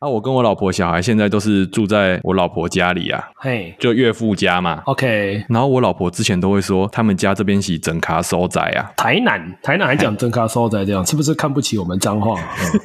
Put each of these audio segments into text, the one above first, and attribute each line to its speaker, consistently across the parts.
Speaker 1: 啊，我跟我老婆小孩现在都是住在我老婆家里啊，
Speaker 2: 嘿
Speaker 1: 就岳父家嘛。
Speaker 2: ，OK，
Speaker 1: 然后我老婆之前都会说，他们家这边是整卡收窄啊，
Speaker 2: 台南，台南还讲真卡收仔这样，是不是看不起我们彰化？嗯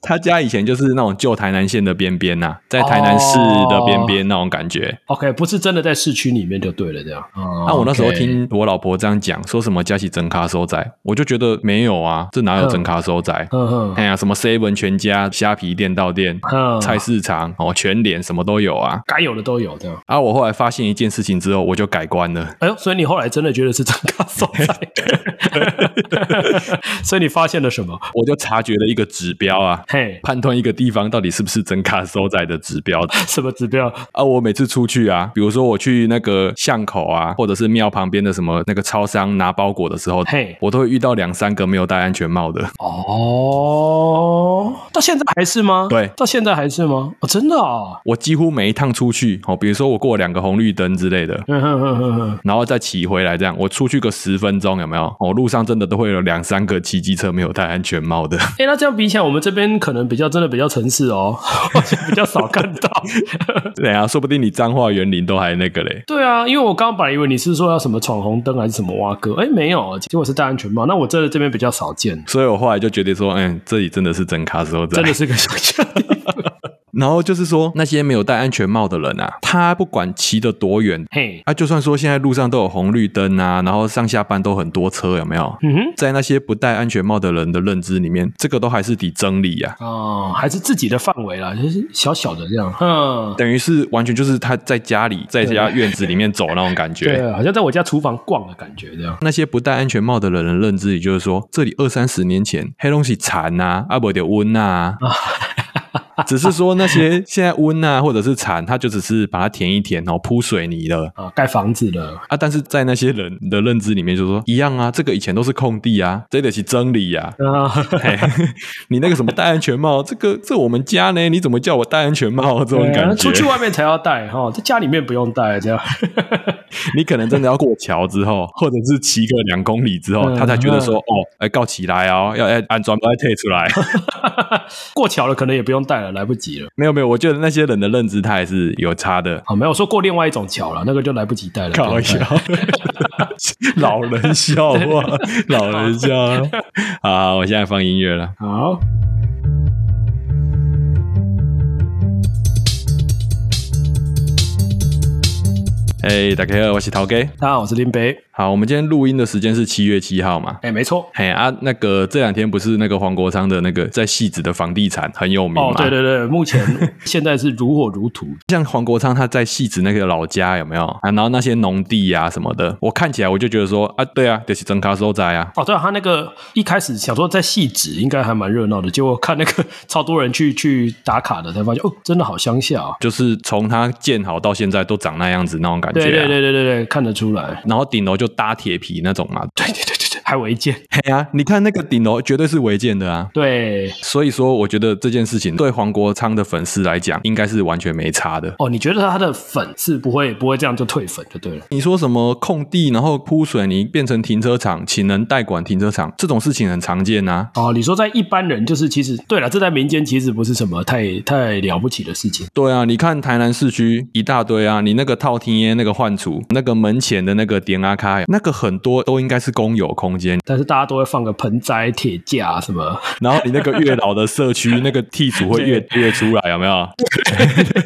Speaker 1: 他家以前就是那种旧台南县的边边呐、在台南市的
Speaker 2: 哦
Speaker 1: 边边那种感觉。
Speaker 2: OK，不是真的在市区里面就对了，这样。
Speaker 1: 那、
Speaker 2: 嗯那
Speaker 1: 哦啊我那时候听我老婆这样讲，说什么家起整卡收窄，我就觉得没有啊，这哪有整卡收窄？
Speaker 2: 嗯哼，
Speaker 1: 哎呀，什么 seven 全家、虾皮店到店、
Speaker 2: 嗯，
Speaker 1: 菜市场哦，全联什么都有啊。
Speaker 2: 该有的都有，这样。
Speaker 1: 啊，我后来发现一件事情之后，我就改观了。
Speaker 2: 哎呦，所以你后来真的觉得是真卡收仔， 所以你发现了什么？
Speaker 1: 我就察觉了一个指标啊，
Speaker 2: 嘿，
Speaker 1: 判断一个地方到底是不是真卡收窄的指标。
Speaker 2: 什么指标？
Speaker 1: 啊，我每次出去啊，比如说我去那个巷口啊，或者是庙旁边的什么那个超商拿包裹的时候，
Speaker 2: 嘿
Speaker 1: 我都会遇到两三个没有戴安全帽的。
Speaker 2: 哦，到现在还是吗？
Speaker 1: 对
Speaker 2: 到现在还是吗？哦，真的哦。
Speaker 1: 我几乎每一趟出去，哦，比如说我过两个红绿灯之类的。
Speaker 2: 嗯哼哼哼哼，
Speaker 1: 然后再骑回来，这样我出去个十分钟，有没有？哦，路上真的都会有两三个骑机车没有戴安全帽的。
Speaker 2: 哎、那这样比起来，我们这边可能比较真的比较城市哦， 我就比较少看到。
Speaker 1: 对啊，说不定你彰化园林都还那个嘞。
Speaker 2: 对啊，因为我刚刚本来以为你是说要什么闯红灯还是什么挖哥，哎、没有，结果是戴安全帽。那我真的这边比较少见，
Speaker 1: 所以我后来就决定说，嗯，这里真的是真卡收仔
Speaker 2: 真。的是个乡下地方。
Speaker 1: 然后就是说，那些没有戴安全帽的人啊，他不管骑得多远，
Speaker 2: 嘿，
Speaker 1: 啊，就算说现在路上都有红绿灯啊，然后上下班都很多车，有没有？
Speaker 2: 嗯哼，
Speaker 1: 在那些不戴安全帽的人的认知里面，这个都还是底真理啊，
Speaker 2: 哦，还是自己的范围啦，就是小小的这样。嗯，
Speaker 1: 等于是完全就是他在家里，在家院子里面走那种感
Speaker 2: 对
Speaker 1: 觉。
Speaker 2: 啊，好像在我家厨房逛的感觉这样。
Speaker 1: 那些不戴安全帽的人的认知里，就是说，这里二三十年前黑东西蝉啊，阿伯的温啊，只是说那些现在温啊或者是蝉，它就只是把它填一填，然后铺水泥了。
Speaker 2: 啊，盖房子了，
Speaker 1: 啊，但是在那些人的认知里面，就说一样啊，这个以前都是空地啊，这得是真理 呀、
Speaker 2: 啊，
Speaker 1: 嘿，你那个什么戴安全帽，这个这我们家呢，你怎么叫我戴安全帽？这种
Speaker 2: 对啊
Speaker 1: 感觉，
Speaker 2: 出去外面才要戴哈、在家里面不用戴这样。
Speaker 1: 你可能真的要过桥之后， 或者是骑个两公里之后，
Speaker 2: 嗯
Speaker 1: 他才觉得说，哦，哎，告起来哦，要哎安装把它退出来。
Speaker 2: 过桥了，可能也不用带了，来不及了。
Speaker 1: 没有没有，我觉得那些人的认知他还是有差 的。
Speaker 2: 好，没有我说过另外一种桥了，那个就来不及带了。不
Speaker 1: 搞
Speaker 2: 用带
Speaker 1: 笑， 老人笑话， 老人笑话。好，我现在放音乐了。
Speaker 2: 好，
Speaker 1: 哎，大家好，我是陶 K。
Speaker 2: 大家好，我是林北。
Speaker 1: 好，我们今天录音的时间是七月七号嘛？
Speaker 2: 哎、没错。
Speaker 1: 嘿啊，那个这两天不是那个黄国昌的那个在戏子的房地产很有名嘛？
Speaker 2: 哦，对对对，目 前现在是如火如荼。
Speaker 1: 像黄国昌他在戏子那个老家有没有啊？然后那些农地啊什么的，我看起来我就觉得说啊，对啊，就是真卡收宅啊。
Speaker 2: 哦，对啊，他那个一开始想说在戏子应该还蛮热闹的，结果看那个超多人去去打卡的，才发现哦，真的好乡下啊。
Speaker 1: 就是从他建好到现在都长那样子那种感觉、啊，
Speaker 2: 对对对对对对，看得出来。
Speaker 1: 然后顶楼就搭铁皮那种嘛，
Speaker 2: 对对对对对，还违建。
Speaker 1: 嘿啊，你看那个顶楼绝对是违建的啊，
Speaker 2: 对，
Speaker 1: 所以说我觉得这件事情对黄国昌的粉丝来讲应该是完全没差的。
Speaker 2: 哦，你觉得他的粉是不会不会这样就退粉就对了。
Speaker 1: 你说什么空地，然后铺水泥变成停车场，请人代管停车场，这种事情很常见啊。
Speaker 2: 哦，你说在一般人就是其实对了，这在民间其实不是什么太太了不起的事情。
Speaker 1: 对啊，你看台南市区一大堆啊，你那个套厅耶，那个换厨，那个门前的那个点阿卡，那个很多都应该是公有空间。
Speaker 2: 但是大家都会放个盆栽、铁架啊什么，
Speaker 1: 然后你那个越老的社区，那个地主会越越出来，有没有？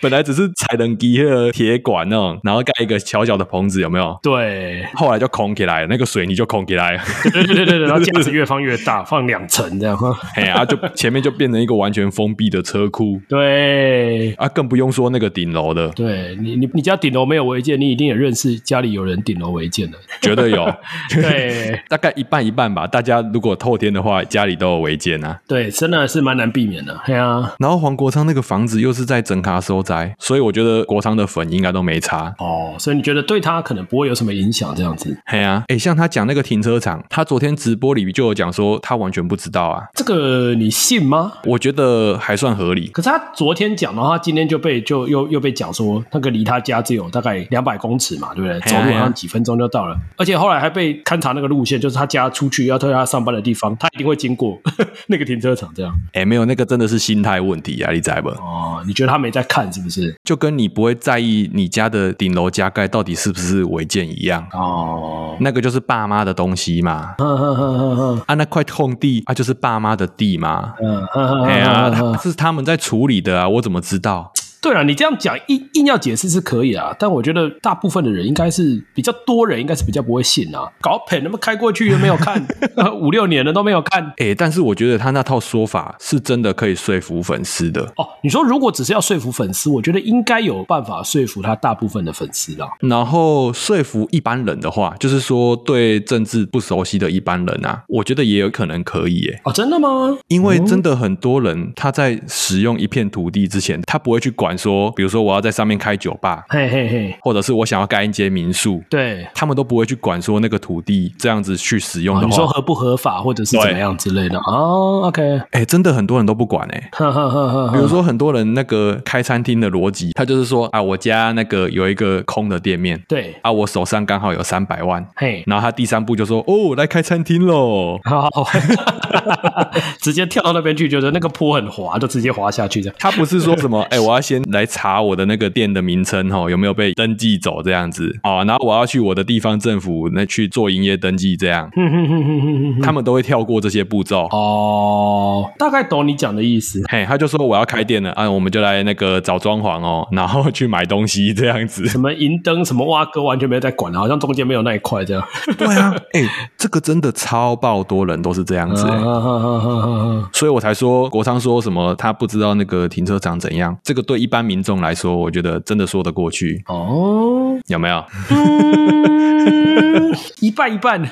Speaker 1: 本来只是踩人机和铁管那种，然后盖一个小小的棚子，有没有？
Speaker 2: 对，
Speaker 1: 后来就空起来了，那个水泥就空起来了。
Speaker 2: 对对对对对，然后架子越放越大，放两层这样。
Speaker 1: 嘿啊，就前面就变成一个完全封闭的车库
Speaker 2: 对，
Speaker 1: 啊，更不用说那个顶楼的，
Speaker 2: 对你你你家顶楼没有违建，你一定也认识家里有人顶楼违建的。
Speaker 1: 绝对有，
Speaker 2: 对
Speaker 1: 大概一半一半吧。大家如果透天的话，家里都有违建啊。
Speaker 2: 对，真的是蛮难避免的。对啊，
Speaker 1: 然后黄国昌那个房子又是在整卡收宅，所以我觉得国昌的粉应该都没差。
Speaker 2: 哦，所以你觉得对他可能不会有什么影响这样子？
Speaker 1: 嘿啊，诶，像他讲那个停车场，他昨天直播里就有讲说他完全不知道啊，
Speaker 2: 这个你信吗？
Speaker 1: 我觉得还算合理。
Speaker 2: 可是他昨天讲，然后他今天就被就又又被讲说，那个离他家只有大概两百公尺嘛，对不
Speaker 1: 嘿
Speaker 2: 对？
Speaker 1: 啊
Speaker 2: 走路
Speaker 1: 嘿
Speaker 2: 好
Speaker 1: 啊
Speaker 2: 像几分钟就到了。而且后来还被勘察那个路线，就是他家出去要到他上班的地方，他一定会经过 那个停车场。这样
Speaker 1: 哎、没有那个真的是心态问题啊，你知道不？
Speaker 2: 哦，你觉得他没在看是不是？
Speaker 1: 就跟你不会在意你家的顶楼加盖到底是不是违建一样，
Speaker 2: 哦，
Speaker 1: 那个就是爸妈的东西嘛。
Speaker 2: 嗯嗯嗯嗯嗯
Speaker 1: 啊，那块空地啊，就是爸妈的地嘛。
Speaker 2: 嗯嗯，
Speaker 1: 哎呀，
Speaker 2: 嗯嗯
Speaker 1: 他是他们在处理的啊，我怎么知道？
Speaker 2: 对啊了，你这样讲硬硬要解释是可以啊，但我觉得大部分的人应该是比较多人，应该是比较不会信啊。搞喷那么开过去又没 有看，呃五六年了都没有看。
Speaker 1: 哎、但是我觉得他那套说法是真的可以说服粉丝的。
Speaker 2: 哦，你说如果只是要说服粉丝，我觉得应该有办法说服他大部分的粉丝啦。
Speaker 1: 然后说服一般人的话，就是说对政治不熟悉的一般人啊，我觉得也有可能可以耶，
Speaker 2: 哦，真的吗？
Speaker 1: 因为真的很多人他在使用一片土地之前，他不会去管说，比如说我要在上面开酒吧，
Speaker 2: 嘿嘿嘿，
Speaker 1: 或者是我想要盖一间民宿，
Speaker 2: 对。
Speaker 1: 他们都不会去管说那个土地这样子去使用
Speaker 2: 哦、
Speaker 1: 的
Speaker 2: 你说
Speaker 1: 话，
Speaker 2: 合不合法，或者是怎么样之类的哦 OK，
Speaker 1: 哎、真的很多人都不管哎。
Speaker 2: 呵呵呵呵
Speaker 1: 比如
Speaker 2: 呵，
Speaker 1: 说，很多人那个开餐厅的逻辑，他就是说啊，我家那个有一个空的店面，
Speaker 2: 对，
Speaker 1: 啊，我手上刚好有三百万，
Speaker 2: 嘿，
Speaker 1: 然后他第三步就说哦，来开餐厅喽。
Speaker 2: 好，直接跳到那边去，觉得那个坡很滑，就直接滑下去 这样。
Speaker 1: 他不是说什么，哎、我要先来查我的那个店的名称哦，有没有被登记走这样子哦，然后我要去我的地方政府那去做营业登记这样，
Speaker 2: 哼哼哼哼哼哼哼。
Speaker 1: 他们都会跳过这些步骤。
Speaker 2: 哦，大概懂你讲的意思。
Speaker 1: 嘿，他就说我要开店了啊，我们就来那个找装潢哦，然后去买东西这样子。
Speaker 2: 什么银灯，什么蛙哥，完全没有在管，好像中间没有那一块这样。
Speaker 1: 对啊，哎、这个真的超爆多人都是这样子、哎
Speaker 2: 嗯啊
Speaker 1: 所以我才说国昌说什么他不知道那个停车场怎样，这个对一般民众来说，我觉得真的说得过去，
Speaker 2: 哦，
Speaker 1: 有没有？
Speaker 2: 嗯，一半一半，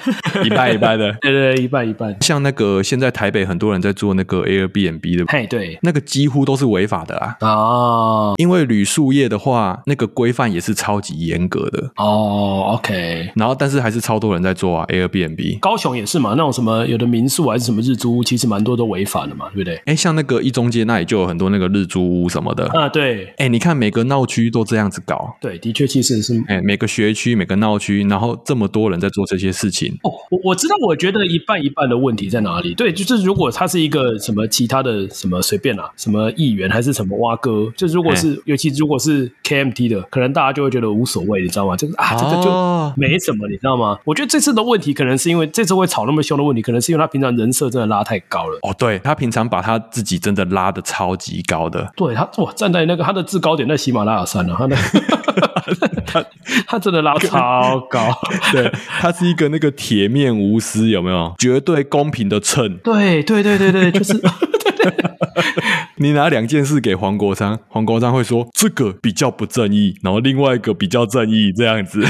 Speaker 1: 一半一半的。
Speaker 2: 对对对，一半一半。
Speaker 1: 像那个现在台北很多人在做那个 Airbnb 的，
Speaker 2: 嘿，对
Speaker 1: 那个几乎都是违法的啊。
Speaker 2: 哦
Speaker 1: 因为旅宿业的话，那个规范也是超级严格的，
Speaker 2: 哦，OK。
Speaker 1: 然后但是还是超多人在做啊 Airbnb。
Speaker 2: 高雄也是嘛，那种什么有的民宿还是什么日租屋，其实蛮多都违法的嘛，对不对？
Speaker 1: 哎，像那个一中街那里就有很多那个日租屋什么的。
Speaker 2: 啊，对
Speaker 1: 哎，你看每个闹区都这样子搞，
Speaker 2: 对，的确其实是
Speaker 1: 哎，每个学区、每个闹区，然后这么多人在做这些事情，
Speaker 2: 哦，我我知道，我觉得一半一半的问题在哪里？对，就是如果他是一个什么其他的什么随便啦、什么议员还是什么蛙哥，就如果是尤其如果是 KMT 的，可能大家就会觉得无所谓，你知道吗？就是啊，这个
Speaker 1: 哦
Speaker 2: 就没什么，你知道吗？我觉得这次的问题可能是因为这次会吵那么凶的问题，可能是因为他平常人设真的拉太高了。
Speaker 1: 哦，对他平常把他自己真的拉的超级高的，
Speaker 2: 对他哇，站在那个他的制高点在喜马拉雅山啊， 他那他他真的拉超高，
Speaker 1: 对他是一个那个铁面无私，有没有？绝对公平的秤。
Speaker 2: 对对对对对，就是。
Speaker 1: 你拿两件事给黄国昌，黄国昌会说这个比较不正义，然后另外一个比较正义，这样子。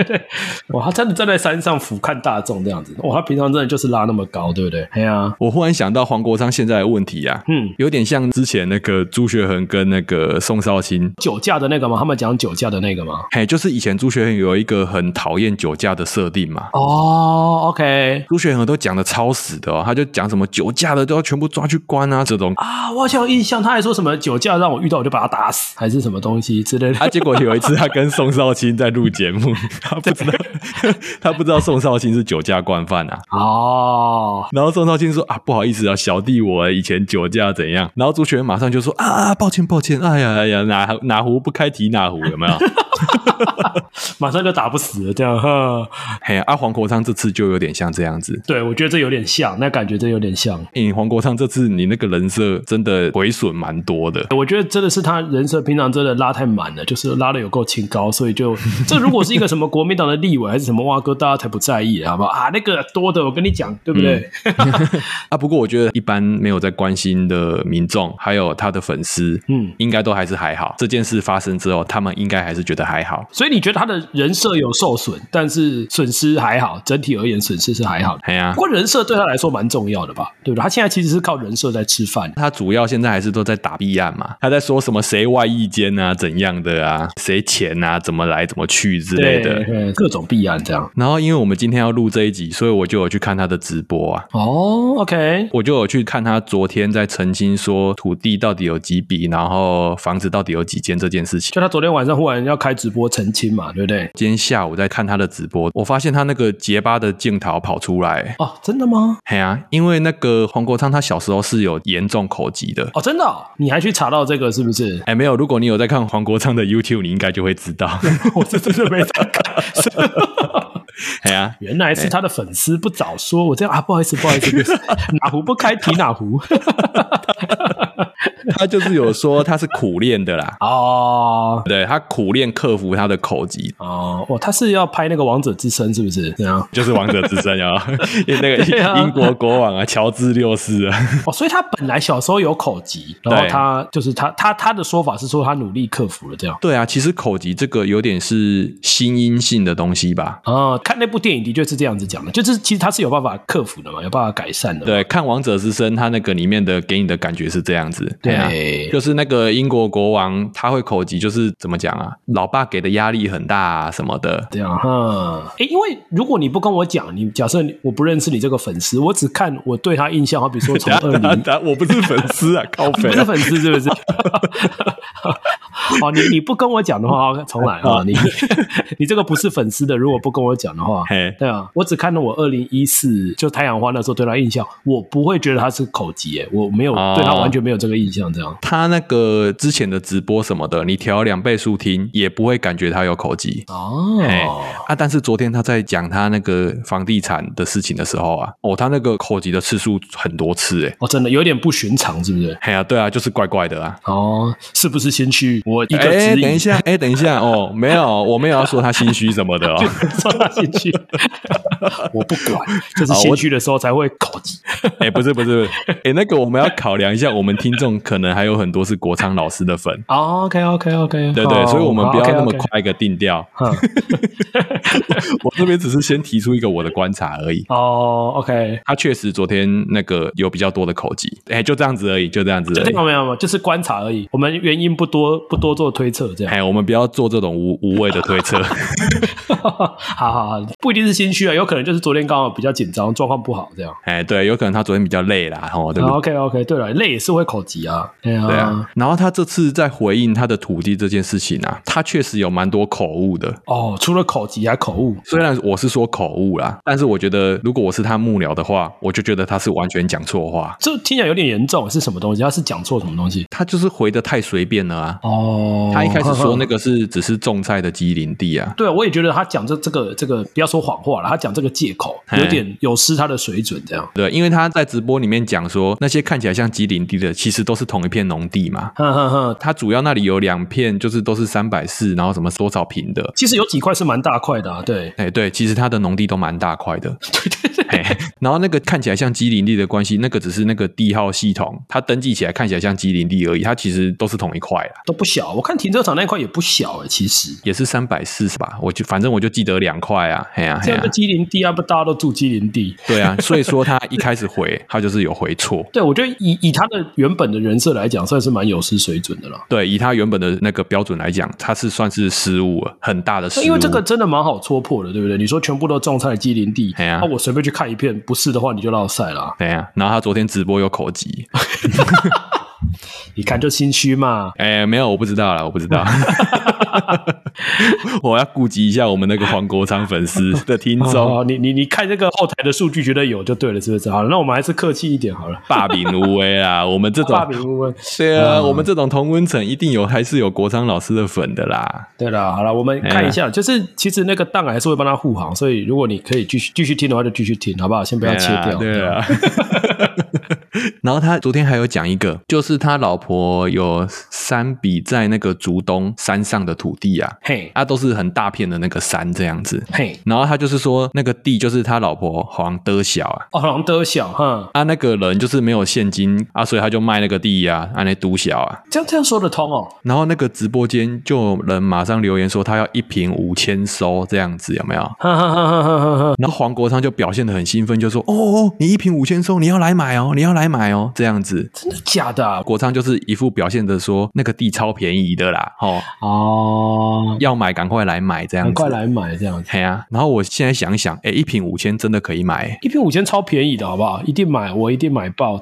Speaker 2: 哇，他真的站在山上俯瞰大众这样子。哇，他平常真的就是拉那么高，对不对？哎呀、
Speaker 1: 我忽然想到黄国昌现在的问题啊，
Speaker 2: 嗯，
Speaker 1: 有点像之前那个朱学恒跟那个宋少卿。
Speaker 2: 酒驾的那个吗？他们讲酒驾的那个吗？
Speaker 1: 嘿，就是以前朱学恒有一个很讨厌酒驾的设定嘛，
Speaker 2: 哦，OK，
Speaker 1: 朱学恒都讲的超死的哦，他就讲什么酒驾的都要全部抓去关啊这种
Speaker 2: 啊，我好像有印象，他还说什么酒驾让我遇到我就把他打死，还是什么东西之类的。
Speaker 1: 啊，结果有一次他跟宋少卿在录节目，他不知道 他不知道宋少卿是酒驾惯犯啊。
Speaker 2: 哦，
Speaker 1: 然后宋少卿说啊，不好意思啊，小弟我以前酒驾怎样？然后朱学马上就说啊啊，抱歉抱歉，哎呀哎呀，哪哪壶不开提哪壶，有没有？
Speaker 2: 马上就打不死了，这样。呵
Speaker 1: 嘿啊，黄国昌这次就有点像这样子。
Speaker 2: 对，我觉得这有点像，那感觉这有点像。
Speaker 1: 嗯，黄国昌这次你那个人设真的毁损蛮多的。
Speaker 2: 我觉得真的是他人设平常真的拉太满了，就是拉的有够清高，所以 就这如果是一个什么国民党的立委还是什么蛙哥，大家才不在意，好不好啊？那个多的我跟你讲，对不对？
Speaker 1: 啊，不过我觉得一般没有在关心的民众，还有他的粉丝，
Speaker 2: 嗯，
Speaker 1: 应该都还是还好。这件事发生之后，他们应该还是觉得还好。
Speaker 2: 所以你觉得他的人设有受损，但是损失还好，整体而言损失是还好的。
Speaker 1: 嘿啊呀、
Speaker 2: 不过人设对他来说蛮重要的吧，对不对？他现在其实是靠人设在吃饭。
Speaker 1: 他主要现在还是都在打弊案嘛，他在说什么谁外一间啊，怎样的啊，谁钱啊，怎么来怎么去之类的。
Speaker 2: 对，各种弊案这样。
Speaker 1: 然后因为我们今天要录这一集，所以我就有去看他的直播啊，
Speaker 2: 哦，OK，
Speaker 1: 我就有去看他昨天在澄清说土地到底有几笔，然后房子到底有几间这件事情。
Speaker 2: 就他昨天晚上忽然要开直播澄清嘛，对不对？
Speaker 1: 今天下午在看他的直播，我发现他那个结巴的镜头跑出来。
Speaker 2: 哦，真的吗？
Speaker 1: 嘿啊，因为那个黄国昌他小时候是有严重口疾的。
Speaker 2: 哦，真的、哦，你还去查到这个是不是？
Speaker 1: 哎，没有，如果你有在看黄国昌的 YouTube，你应该就会知道。
Speaker 2: 我是真的没 在看。是
Speaker 1: 哎呀，
Speaker 2: 原来是他的粉丝不早说，我这样啊，不好意思，不好意 思，哪壶不开提哪壶。
Speaker 1: 他就是有说他是苦练的啦，
Speaker 2: 哦
Speaker 1: 对他苦练克服他的口疾，
Speaker 2: 哦哦，他是要拍那个《王者之声》是不是？对啊，
Speaker 1: 就是王者之声 啊，因为那
Speaker 2: 对啊
Speaker 1: 个英国国王啊，乔治六世啊，
Speaker 2: 哦，所以他本来小时候有口疾，然后
Speaker 1: 对
Speaker 2: 他就是他他他的说法是说他努力克服了这样。
Speaker 1: 对啊，其实口疾这个有点是心因性的东西吧。
Speaker 2: 啊、看那部电影的确是这样子讲的，就是其实他是有办法克服的嘛，有办法改善的嘛。
Speaker 1: 对，看《王者之声》，它那个里面的给你的感觉是这样子，
Speaker 2: 对
Speaker 1: 啊，就是那个英国国王他会口疾，就是怎么讲啊，老爸给的压力很大啊什么的，
Speaker 2: 这样哈，哎、因为如果你不跟我讲，你假设你我不认识你这个粉丝，我只看我对他印象，好比说从二
Speaker 1: 等下
Speaker 2: 零
Speaker 1: 等下我不是粉丝 啊，靠
Speaker 2: 你
Speaker 1: 北
Speaker 2: 不是
Speaker 1: 啊。
Speaker 2: 粉丝是不是？ 哦，你你不跟我讲的话，好重来啊！你 你这个不是粉丝的，如果不跟我讲的话
Speaker 1: 嘿，
Speaker 2: 对啊，我只看到我二零一四就太阳花那时候对他印象，我不会觉得他是口疾耶，我没有
Speaker 1: 哦
Speaker 2: 对他完全没有这个印象，这样
Speaker 1: 他那个之前的直播什么的，你调两倍速听也不会感觉他有口疾。哎、
Speaker 2: 哦。
Speaker 1: 啊！但是昨天他在讲他那个房地产的事情的时候啊，哦，他那个口疾的次数很多次、哎，
Speaker 2: 哦，真的有点不寻常，是不是？
Speaker 1: 哎呀，对啊，就是怪怪的啊。
Speaker 2: 哦，是不是先去我一个
Speaker 1: 哎、
Speaker 2: 指引？
Speaker 1: 等一下，哎、等一下，哦，没有，我没有要说他心虚什么 的哦。
Speaker 2: 说他先去， 我不管，就是
Speaker 1: 好
Speaker 2: 先
Speaker 1: 我
Speaker 2: 去的时候才会口疾。
Speaker 1: 哎、不是不是，哎、那个我们要考量一下，我们听众可能还有很多是国昌老师的粉，
Speaker 2: 哦，OK，OK，OK，
Speaker 1: 对对，
Speaker 2: 哦
Speaker 1: 所以我们
Speaker 2: 好
Speaker 1: 不要那么
Speaker 2: OK，OK 嗯
Speaker 1: 快一个定调。
Speaker 2: 哼
Speaker 1: 我这边只是先提出一个我的观察而已。
Speaker 2: 哦，OK，
Speaker 1: 他确实昨天那个有比较多的口疾，哎、就这样子而已，就这样子
Speaker 2: 就
Speaker 1: 而
Speaker 2: 这
Speaker 1: 已
Speaker 2: 个。没有没有，就是观察而已。我们原因不多，不多做推测，这样。
Speaker 1: 哎，我们不要做这种无无谓的推 测。
Speaker 2: 好好好，不一定是心虚啊，有可能就是昨天刚好比较紧张，状况不好这样。
Speaker 1: 哎，对，有可能他昨天比较累啦，吼，对不对？
Speaker 2: OK OK，对了，累也是会口疾啊，对啊，
Speaker 1: 对啊，然后他这次在回应他的土地这件事情啊，他确实有蛮多口误的。
Speaker 2: 哦，除了口疾还口误，
Speaker 1: 虽然我是说口误啦，但是我觉得如果我是他幕僚的话，我就觉得他是完全讲错话，
Speaker 2: 这听起来有点严重，是什么东西？他是讲错什么东西？
Speaker 1: 他就是回的太随便了啊。
Speaker 2: 哦，
Speaker 1: 他一开始说 那
Speaker 2: 个。
Speaker 1: 个是只是种菜的机灵地啊，
Speaker 2: 对，我也觉得他讲这这个这个，不要说谎话了，他讲这个借口
Speaker 1: 嘿
Speaker 2: 有点有失他的水准，这样。
Speaker 1: 对，因为他在直播里面讲说那些看起来像机灵地的，其实都是同一片农地嘛。
Speaker 2: 哼哼哼，
Speaker 1: 它主要那里有两片，就是都是三百四，然后什么多少平的，
Speaker 2: 其实有几块是蛮大块的啊，对，
Speaker 1: 哎，对，其实它的农地都蛮大块的。哎，然后那个看起来像机林地的关系，那个只是那个地号系统，它登记起来看起来像机林地而已，它其实都是同一块啦，
Speaker 2: 都不小。我看停车场那一块也不小哎、其实
Speaker 1: 也是三百四十吧？我就反正我就记得两块啊，哎呀、
Speaker 2: 这
Speaker 1: 哎呀、
Speaker 2: 样的机灵地啊，不大家都住机灵地。
Speaker 1: 对啊，所以说他一开始回，他就是有回错。
Speaker 2: 对，我觉得以以他的原本的人设来讲，算是蛮有失水准的啦。
Speaker 1: 对，以他原本的那个标准来讲，他是算是失误了，很大的失误。
Speaker 2: 因为这个真的蛮好戳破的，对不对？你说全部都种菜机灵地，
Speaker 1: 哎呀
Speaker 2: 那、我随便去看一片，不是的话你就落赛啦。
Speaker 1: 哎呀，然后他昨天直播有口疾，
Speaker 2: 你看就心虚嘛。
Speaker 1: 哎，没有，我不知道啦，我不知道。 我要顾及一下我们那个黄国昌粉丝的听众，
Speaker 2: 哦，你你你看这个后台的数据，觉得有就对了，是不是？好，那我们还是客气一点好了。
Speaker 1: 霸凌无威啦，我们这种
Speaker 2: 大饼问问，
Speaker 1: 对啊，我们这种同温层一定有还是有国昌老师的粉的啦。
Speaker 2: 对了，好了，我
Speaker 1: 啊
Speaker 2: 们看一下，就是其实那个档案还是会帮他护航，所以如果你可以继续继续听的话，就继续听，好不好？先不要切掉。
Speaker 1: 对啊。 然后他昨天还有讲一个，就是他老婆有三笔在那个竹东山上的土地啊，
Speaker 2: 嘿，
Speaker 1: 啊都是很大片的那个山这样子。
Speaker 2: 嘿，
Speaker 1: 然后他就是说那个地就是他老婆黄德小啊，
Speaker 2: 哦，龙德小哈，
Speaker 1: 啊那个人就是没有现金啊，所以他就卖那个地啊，啊那独小啊。
Speaker 2: 这样这样说得通哦。
Speaker 1: 然后那个直播间就有人马上留言说他要一瓶五千收这样子，有没有？
Speaker 2: 哈哈哈哈哈哈！
Speaker 1: 哦然后黄国昌就表现得很兴奋，就说：“哦哦，你一瓶五千收，你要来来买哦，你要来买哦，这样子。
Speaker 2: 真的假的啊？
Speaker 1: 国昌就是一副表现的说那个地超便宜的啦，哦，
Speaker 2: 哦，
Speaker 1: 要买赶快来买这样子。
Speaker 2: 赶快来买这样子，
Speaker 1: 嘿啊！然后我现在想一想，哎、一瓶五千真的可以买、诶
Speaker 2: 一瓶五千超便宜的好不好？一定买，我一定买爆。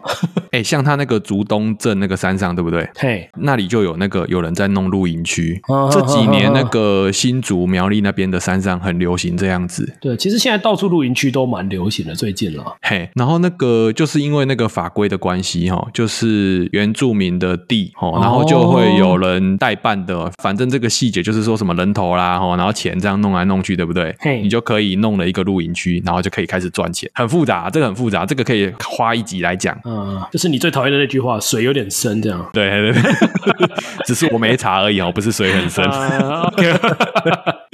Speaker 1: 哎、像他那个竹东镇那个山上，对不对？
Speaker 2: 嘿，
Speaker 1: 那里就有那个有人在弄露营区
Speaker 2: 啊。
Speaker 1: 这几年
Speaker 2: 啊啊啊
Speaker 1: 那个新竹苗栗那边的山上很流行这样子。
Speaker 2: 对，其实现在到处露营区都蛮流行的，最近了。
Speaker 1: 嘿，然后那个就是因为那个法规的关系哈、哦，就是原住民的地哦，然后就会有人代办的，反正这个细节就是说什么人头啦哦，然后钱这样弄来弄去，对不对？
Speaker 2: 嘿
Speaker 1: 你就可以弄了一个露营区，然后就可以开始赚钱，很复杂，这个很复杂，这个可以花一集来讲。
Speaker 2: 嗯，就是你最讨厌的那句话，水有点深这 样。
Speaker 1: 对对 对，只是我没查而已哦，不是水很深。
Speaker 2: 啊 OK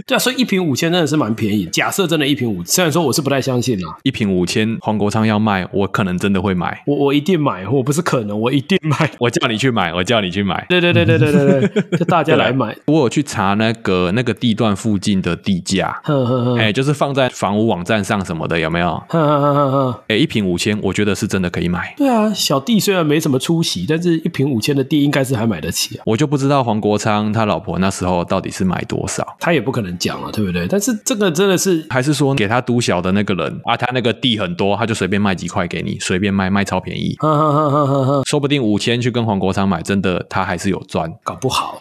Speaker 2: 对啊，所以一瓶五千真的是蛮便宜。假设真的一瓶五，虽然说我是不太相信啦，
Speaker 1: 一瓶五千，黄国昌要卖，我可能真的会买。
Speaker 2: 我我一定买，我不是可能，我一定买。
Speaker 1: 我叫你去买，我叫你去买。
Speaker 2: 对对对对对对 对，啊就大家来买。
Speaker 1: 我有去查那个那个地段附近的地价，
Speaker 2: 哼哼哼
Speaker 1: 哎、就是放在房屋网站上什么的，有没有？
Speaker 2: 哼哼哼哼哼。
Speaker 1: 哎、一瓶五千，我觉得是真的可以买。
Speaker 2: 对啊，小弟虽然没什么出息，但是一瓶五千的地应该是还买得起啊。
Speaker 1: 我就不知道黄国昌他老婆那时候到底是买多少，
Speaker 2: 他也不可能讲了，对不对？但是这个真的是
Speaker 1: 还是说给他都小的那个人啊，他那个地很多，他就随便卖几块给你，随便卖卖超便宜，
Speaker 2: 哼哼哼哼哼哼，
Speaker 1: 说不定五千去跟黄国昌买，真的他还是有
Speaker 2: 。
Speaker 1: 赚
Speaker 2: 搞不好。啊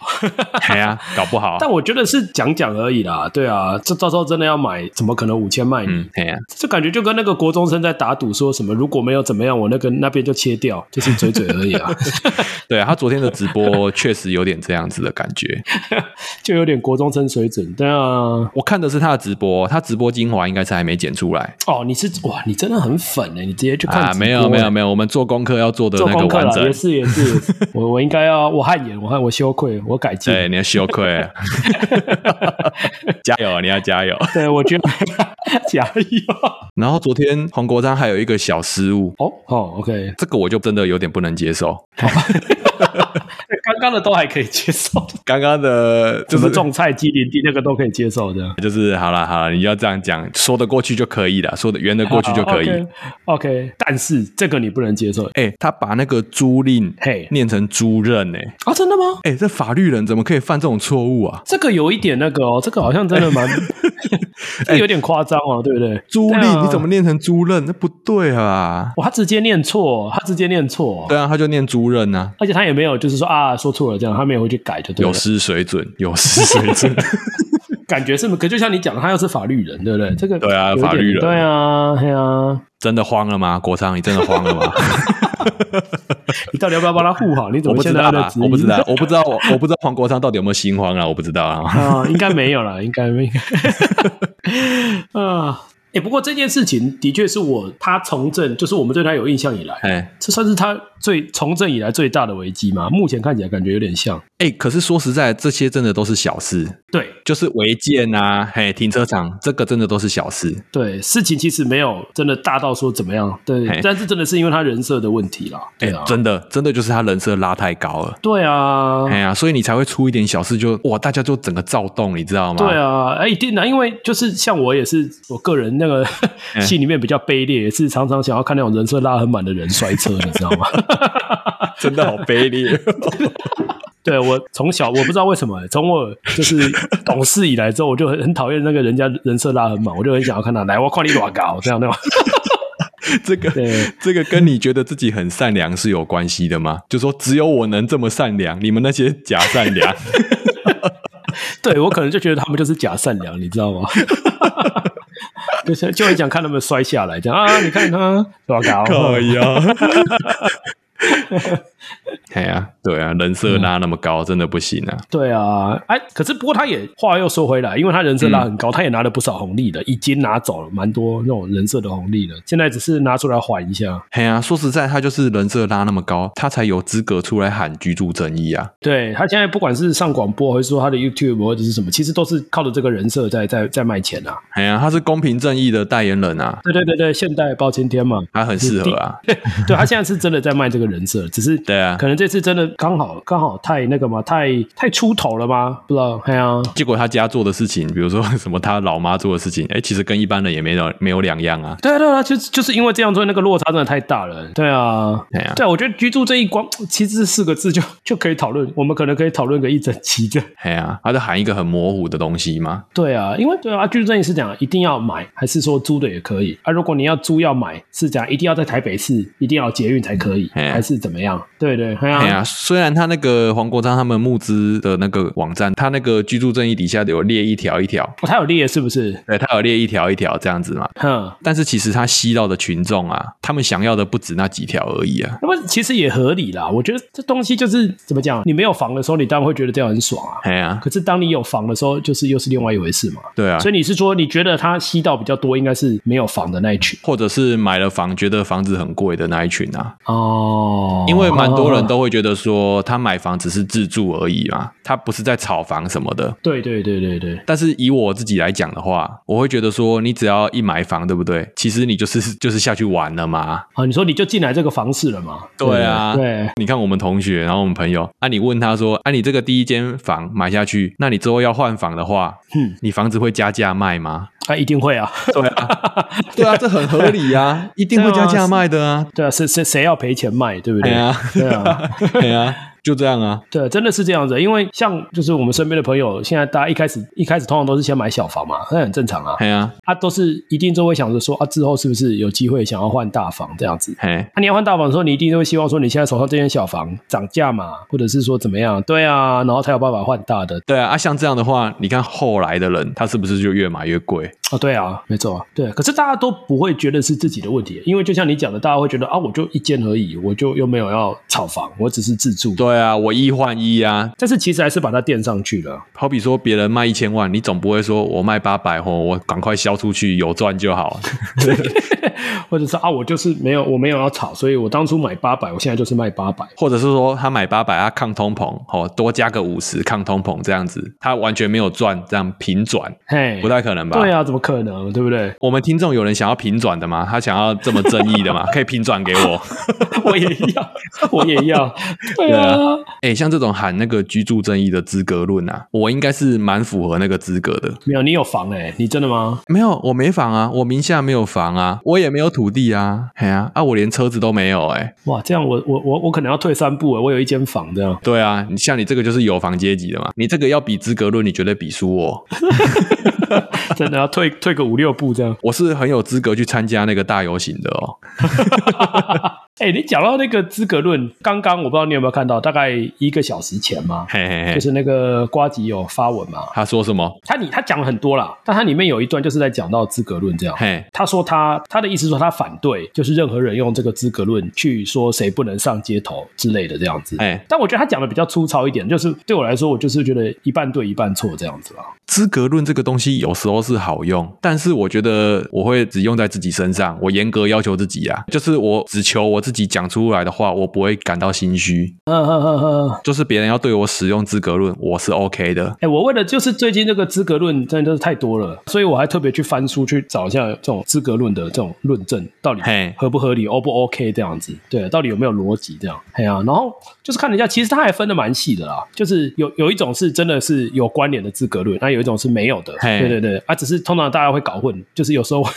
Speaker 1: 哎呀、搞不好。
Speaker 2: 但我觉得是讲讲而已啦，对啊，这到时候真的要买，怎么可能五千卖你？
Speaker 1: 嗯，哎呀、
Speaker 2: 这感觉就跟那个国中生在打赌，说什么如果没有怎么样，我那个那边就切掉，就是嘴嘴而已 啊，
Speaker 1: 对啊，他昨天的直播 确实有点这样子的感觉。
Speaker 2: 就有点国中生水准。对啊，
Speaker 1: 我看的是他的直播，他直播精华应该是还没剪出来
Speaker 2: 哦，你是哇，你真的很粉呢、欸你直接去看、
Speaker 1: 啊。没有没有。没有，我们做功课要做的
Speaker 2: 做
Speaker 1: 那个
Speaker 2: 功课
Speaker 1: 完
Speaker 2: 了，
Speaker 1: 整
Speaker 2: 也。是也是，也是我我应该要我汗颜，我汗我羞愧，我改进。
Speaker 1: 对，你要羞愧，啊 加油，你要加油。
Speaker 2: 对，我觉得加油。
Speaker 1: 然后昨天黄国章还有一个小失误，
Speaker 2: 哦哦，OK，
Speaker 1: 这个我就真的有点不能接受。
Speaker 2: 刚刚的都还可以接受，
Speaker 1: 刚刚的就
Speaker 2: 什么
Speaker 1: 是
Speaker 2: 种菜鸡林地那个都可以接 受的。
Speaker 1: 就是好了好了，你要这样讲，说得过去就可以了，说得圆得过去就可以。
Speaker 2: OK，, o k 但是这个你不能接受。
Speaker 1: 哎、他把那个租赁
Speaker 2: 嘿
Speaker 1: 念成租任呢、欸，
Speaker 2: 啊，真的吗？
Speaker 1: 哎、这法律人怎么可以犯这种错误啊？
Speaker 2: 这个有一点那个哦，这个好像真的 蛮，这有点夸张哦，对不对？
Speaker 1: 租
Speaker 2: 对
Speaker 1: 赁
Speaker 2: 啊
Speaker 1: 你怎么？念成租任？那不对啊！
Speaker 2: 哇，他直接念错，他直接念错，
Speaker 1: 对啊，他就念租任啊，
Speaker 2: 而且他也没有就是说啊说错了这样，他没有回去改就对了
Speaker 1: 有。失水准，有失水 准。
Speaker 2: 感觉是，可就像你讲的，他又是法律人，对不对？这个
Speaker 1: 对啊
Speaker 2: 有一点
Speaker 1: 法律人
Speaker 2: 对啊，对啊，
Speaker 1: 真的慌了吗？国昌，你真的慌了吗？
Speaker 2: 你到底要不要帮他护好？你怎
Speaker 1: 我
Speaker 2: 么
Speaker 1: 不知
Speaker 2: 现
Speaker 1: 道
Speaker 2: 在要
Speaker 1: 啊，我不知 道，我不知道，我我不知道黄国昌到底有没有心慌啊？我不知道啊。
Speaker 2: 啊，应该没有啦，应该没。 啊，哎、不过这件事情的确是我他从政，就是我们对他有印象以来，
Speaker 1: 哎
Speaker 2: 这算是他最从政以来最大的危机吗？目前看起来感觉有点像。
Speaker 1: 哎、可是说实在，这些真的都是小事，
Speaker 2: 对
Speaker 1: 就是违建啊，嘿，停车场这个真的都是小事。
Speaker 2: 对，事情其实没有真的大到说怎么样，
Speaker 1: 嘿
Speaker 2: 对，但是真的是因为他人设的问题啦。
Speaker 1: 哎、
Speaker 2: 对啊，
Speaker 1: 真的，真的就是他人设拉太高了。
Speaker 2: 对啊，
Speaker 1: 哎呀、所以你才会出一点小事就哇，大家就整个躁动，你知道吗？
Speaker 2: 对啊，哎，一定的，因为就是像我也是，我个人那个 心里面比较卑劣，也是常常想要看那种人设拉很满的人摔车，你知道吗？
Speaker 1: 真的好卑劣。
Speaker 2: 对我从小我不知道为什么，欸从我就是懂事以来之后，我就很很讨厌那个人家人设拉很满，我就很想要看他来，我看你多高这样对吧？
Speaker 1: 这个
Speaker 2: 对
Speaker 1: 这个跟你觉得自己很善良是有关系的吗？就说只有我能这么善良，你们那些假善良。
Speaker 2: 对我可能就觉得他们就是假善良，你知道吗？ 就是就很想看他们摔下来，这样啊，你看他多高，
Speaker 1: 靠 呀！哎呀，对啊，人设拉那么高，真的不行啊！
Speaker 2: 对啊，哎，可是不过他也话又说回来，因为他人设拉很
Speaker 1: 嗯
Speaker 2: 高，他也拿了不少红利了，已经拿走了蛮多那种人设的红利了，现在只是拿出来还一下。
Speaker 1: 哎呀，说实在，他就是人设拉那么高，他才有资格出来喊居住正义啊！
Speaker 2: 对他现在不管是上广播，还是说他的 YouTube 或者是什么，其实都是靠着这个人设在在在卖钱啊。
Speaker 1: 哎呀，他是公平正义的代言人啊，
Speaker 2: 对对对对，现代包青天嘛，
Speaker 1: 他很适合啊！
Speaker 2: 对他现在是真的在卖这个人设，只是
Speaker 1: 对啊
Speaker 2: 可能这次真的刚好刚好太那个嘛，太太出头了吗？不知道，哎呀、
Speaker 1: 结果他家做的事情，比如说 什么他老妈做的事情，哎，其实跟一般人也没有没有两样啊。
Speaker 2: 对啊，对啊，就是就是因为这样，所以那个落差真的太大了。对啊，
Speaker 1: 对啊
Speaker 2: 对我觉得居住这一光，其实这四个字就 就可以讨论，我们可能可以讨论个一整期的。
Speaker 1: 哎呀、他就喊一个很模糊的东西嘛。
Speaker 2: 对啊，因为对啊，居住正义是讲一定要买，还是说租的也可以啊？如果你要租要买，是讲一定要在台北市，一定要有捷运才可以，
Speaker 1: 嘿啊
Speaker 2: 还是怎么样？对对，
Speaker 1: 哎
Speaker 2: 哎呀、
Speaker 1: 呀、虽然他那个黄国昌他们募资的那个网站，他那个居住正义底下有列一条一条，
Speaker 2: 哦，他有列是不是？嗯
Speaker 1: 对，他有列一条一条这样子嘛。
Speaker 2: 哼。
Speaker 1: 但是其实他吸到的群众啊，他们想要的不止那几条而已啊。
Speaker 2: 那么其实也合理啦，我觉得这东西就是怎么讲，你没有房的时候，你当然会觉得这样很爽啊。
Speaker 1: 哎呀、
Speaker 2: 可是当你有房的时候，就是又是另外一回事嘛。
Speaker 1: 对啊
Speaker 2: 所，以你是说，你觉得他吸到比较多，应该是没有房的那一群
Speaker 1: 或者是买了房觉得房子很贵的那一群啊，
Speaker 2: 哦
Speaker 1: 因为蛮多人都会觉得说他买房只是自住而已嘛，他不是在炒房什么的。
Speaker 2: 对对对对对，
Speaker 1: 但是以我自己来讲的话，我会觉得说，你只要一买房，对不对？其实你就是就是下去玩了嘛。
Speaker 2: 啊，你说你就进来这个房市了嘛？
Speaker 1: 对啊
Speaker 2: 对，
Speaker 1: 你看我们同学，然后我们朋友，啊，你问他说，啊，你这个第一间房买下去，那你之后要换房的话，
Speaker 2: 嗯
Speaker 1: 你房子会加价卖吗？
Speaker 2: 啊，一定会啊，
Speaker 1: 对啊， 对啊，这很合理呀、啊，一定会加价卖的啊。
Speaker 2: 对啊，谁谁谁要赔钱卖，对不
Speaker 1: 对
Speaker 2: 对？
Speaker 1: 啊，
Speaker 2: 对啊，
Speaker 1: 对啊，就这样啊。
Speaker 2: 对，真的是这样子，因为像就是我们身边的朋友，现在大家一开始一开始通常都是先买小房嘛，那很正常啊，
Speaker 1: 嘿啊，
Speaker 2: 他、都是一定都会想着说啊，之后是不是有机会想要换大房这样子，
Speaker 1: 嘿，
Speaker 2: 啊那、你要换大房的时候，你一定都会希望说你现在手上这间小房涨价嘛，或者是说怎么样？对啊，然后才有办法换大的。
Speaker 1: 对啊，啊，像这样的话，你看后来的人，他是不是就越买越贵？
Speaker 2: 哦，对啊，没错啊，对。可是大家都不会觉得是自己的问题，因为就像你讲的，大家会觉得啊，我就一间而已，我就又没有要炒房，我只是自住。
Speaker 1: 对啊，我一换一啊。
Speaker 2: 但是其实还是把它垫上去了。
Speaker 1: 好比说别人卖一千万，你总不会说我卖八百或我赶快销出去有赚就好。
Speaker 2: 或者是啊，我就是没有，我没有要炒，所以我当初买八百，我现在就是卖八百。
Speaker 1: 或者是说他买八百，他抗通膨，哦，多加个五十抗通膨这样子，他完全没有赚，这样平转
Speaker 2: 嘿，
Speaker 1: 不太可能吧？
Speaker 2: 对啊，怎么可能？对不对？
Speaker 1: 我们听众有人想要平转的吗？他想要这么正义的吗？可以平转给我。
Speaker 2: 我也要， 我也要。对啊，
Speaker 1: 哎、像这种喊那个居住正义的资格论啊，我应该是蛮符合那个资格的。
Speaker 2: 没有，你有房哎、你真的吗？
Speaker 1: 没有，我没房啊，我名下没有房啊，我也没有土地啊，嘿啊，啊，我连车子都没有哎、
Speaker 2: 哇，这样我我我我可能要退三步了，欸我有一间房这样。
Speaker 1: 对啊，你像你这个就是有房阶级的嘛，你这个要比资格论，你绝对比输我。
Speaker 2: 真的要退 退个五六步这样。
Speaker 1: 我是很有资格去参加那个大游行的哦。
Speaker 2: 哎、你讲到那个资格论，刚刚我不知道你有没有看到，大概一个小时前嘛，
Speaker 1: 嘿嘿
Speaker 2: 就
Speaker 1: 嘿，
Speaker 2: 是那个瓜吉有发文嘛，
Speaker 1: 他说什么？
Speaker 2: 他你他讲了很多啦，但他里面有一段就是在讲到资格论这样。
Speaker 1: 嘿，
Speaker 2: 他说他他的意思是说他反对，就是任何人用这个资格论去说谁不能上街头之类的这样子。
Speaker 1: 哎，
Speaker 2: 但我觉得他讲的比较粗糙一点，就是对我来说，我就是觉得一半对一半错这样子啦。
Speaker 1: 资格论这个东西有时候是好用，但是我觉得我会只用在自己身上，我严格要求自己啊，就是我只求我自己讲出来的话，我不会感到心虚。
Speaker 2: 嗯嗯嗯嗯。
Speaker 1: 就是别人要对我使用资格论，我是 OK 的。
Speaker 2: 哎、我为了就是最近这个资格论真的就是太多了，所以我还特别去翻书去找一下这种资格论的这种论证到底
Speaker 1: 嘿
Speaker 2: 合不合理、O 不 OK 这样子，对，到底有没有逻辑这样？哎呀、然后就是看了一下，其实它还分的蛮细的啦，就是有有一种是真的是有关联的资格论，那有一种是没有的，
Speaker 1: 嘿
Speaker 2: 对对对，啊，只是通常大家会搞混，就是有时候会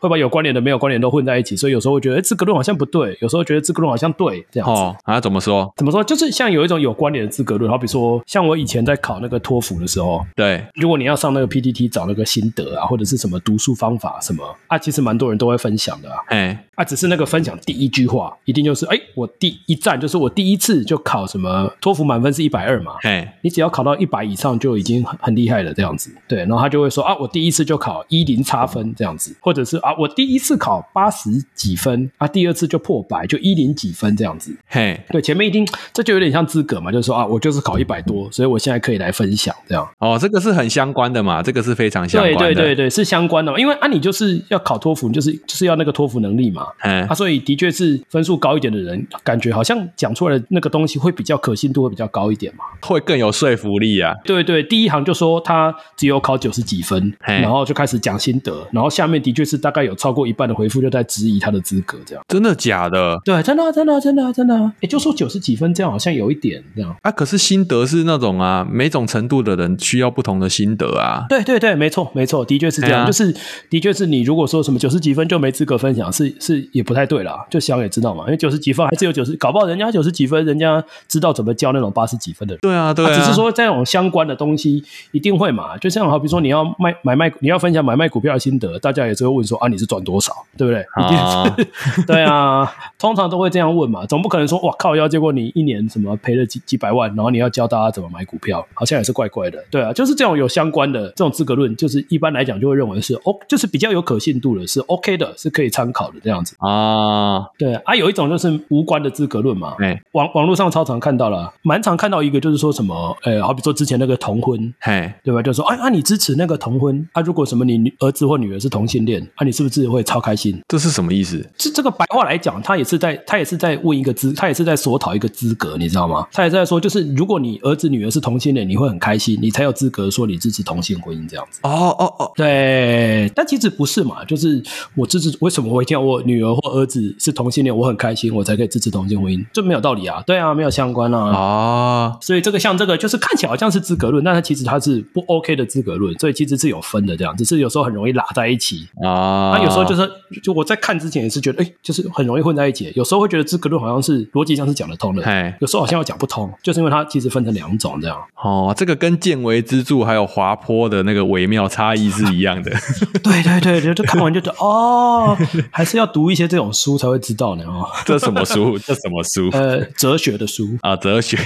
Speaker 2: 会把有关联的没有关联都混在一起，所以有时候会觉得哎资格论好像不对，有时候觉得资格论好像对这样子。
Speaker 1: 哦，啊，怎么说？
Speaker 2: 怎么说？就是像有一种有关联的资格论，好比说，像我以前在考那个托福的时候，
Speaker 1: 对，
Speaker 2: 如果你要上那个 PPT 找那个心得啊，或者是什么读书方法什么啊，其实蛮多人都会分享的啊。
Speaker 1: 哎，
Speaker 2: 啊，只是那个分享第一句话，一定就是哎、我第一站就是我第一次就考什么托福满分是一百二嘛，
Speaker 1: 嘿，
Speaker 2: 你只要考到一百以上就已经很很厉害了这样子。对，然后他就会说啊，我第一次就考一零差分这样子，或者是啊，我第一次考八十几分啊，第二次就破百，就一零几分这样子。
Speaker 1: 嘿，
Speaker 2: 对，前面一定这就有点像资格嘛，就是说啊，我就是考一百多，所以我现在可以来分享这样。
Speaker 1: 哦，这个是很相关的嘛，这个是非常相关的。
Speaker 2: 对对对对，是相关的嘛，因为啊，你就是要考托福，你就是就是要那个托福能力嘛。嘛，
Speaker 1: 哎
Speaker 2: 啊，所以的确是分数高一点的人，啊感觉好像讲出来的那个东西会比较可信度会比较高一点嘛。
Speaker 1: 会更有说服力啊。
Speaker 2: 对对，第一行就说他只有考九十几分，
Speaker 1: 嘿
Speaker 2: 然后就开始讲心得，然后下面的确是大概有超过一半的回复就在质疑他的资格这样。
Speaker 1: 真的假的？
Speaker 2: 对，真的啊、真的啊、真的啊、真的、啊，也就说九十几分这样好像有一点这样。
Speaker 1: 啊，可是心得是那种啊，每种程度的人需要不同的心得啊。
Speaker 2: 对对对，没错没错，的确是这
Speaker 1: 对
Speaker 2: 样，
Speaker 1: 啊
Speaker 2: 就是的确是你如果说什么九十几分就没资格分享，是是也不太对啦。就想也知道嘛，因为九十几分还是有九十，搞不好人家九十几分，人家知道怎么教那种八十几分的人。
Speaker 1: 对啊，对啊，
Speaker 2: 只是说这种相关的东西一定会嘛，就像好比说你要卖买卖，你要分享买卖股票的心得，大家也只会问说啊你是赚多少，对不对？一定
Speaker 1: 啊，
Speaker 2: 对啊，通常都会这样问嘛，总不可能说哇靠要结果你一年什么赔了几几百万，然后你要教大家怎么买股票，好像也是怪怪的。对啊，就是这种有相关的这种资格论，就是一般来讲就会认为是 O，就是比较有可信度的，是 OK 的，是可以参考的这样子。
Speaker 1: 啊，
Speaker 2: 对啊，有一种就是无关的资格论嘛，
Speaker 1: 哎
Speaker 2: 网网络上超常看到了，蛮常看到一个就是说什么，呃，好比说之前那个同婚。
Speaker 1: 嘿，
Speaker 2: 对吧？就说，哎、啊，你支持那个同婚啊？如果什么你女儿子或女儿是同性恋啊，你是不是会超开心？
Speaker 1: 这是什么意思？
Speaker 2: 这这个白话来讲，他也是在他也是在问一个资，他也是在索讨一个资格，你知道吗？他也是在说，就是如果你儿子女儿是同性恋，你会很开心，你才有资格说你支持同性婚姻这样子。
Speaker 1: 哦哦哦，
Speaker 2: 对，但其实不是嘛，就是我支持，为什么我一定要我女儿或儿子是同性恋，我很开心，我才可以支持同性婚姻，这没有道理啊，对啊，没有相关啊。
Speaker 1: 啊，
Speaker 2: 所以这个像这个就是看起来好像是资格论，但它其实它是不 OK 的资格论，所以其实是有分的这样，只是有时候很容易拉在一起。
Speaker 1: 啊，
Speaker 2: 那有时候就是，就我在看之前也是觉得，哎、就是很容易混在一起。有时候会觉得资格论好像是逻辑上是讲得通的，
Speaker 1: 嘿，
Speaker 2: 有时候好像又讲不通，就是因为它其实分成两种这样。
Speaker 1: 哦，这个跟见微知著还有滑坡的那个微妙差异是一样的。
Speaker 2: 对对对，就就看完就觉得， 哦，还是要读一些这种书才会知道呢哦。
Speaker 1: 这什么书？这什么书？
Speaker 2: 呃，哲学的书，
Speaker 1: 啊，哲学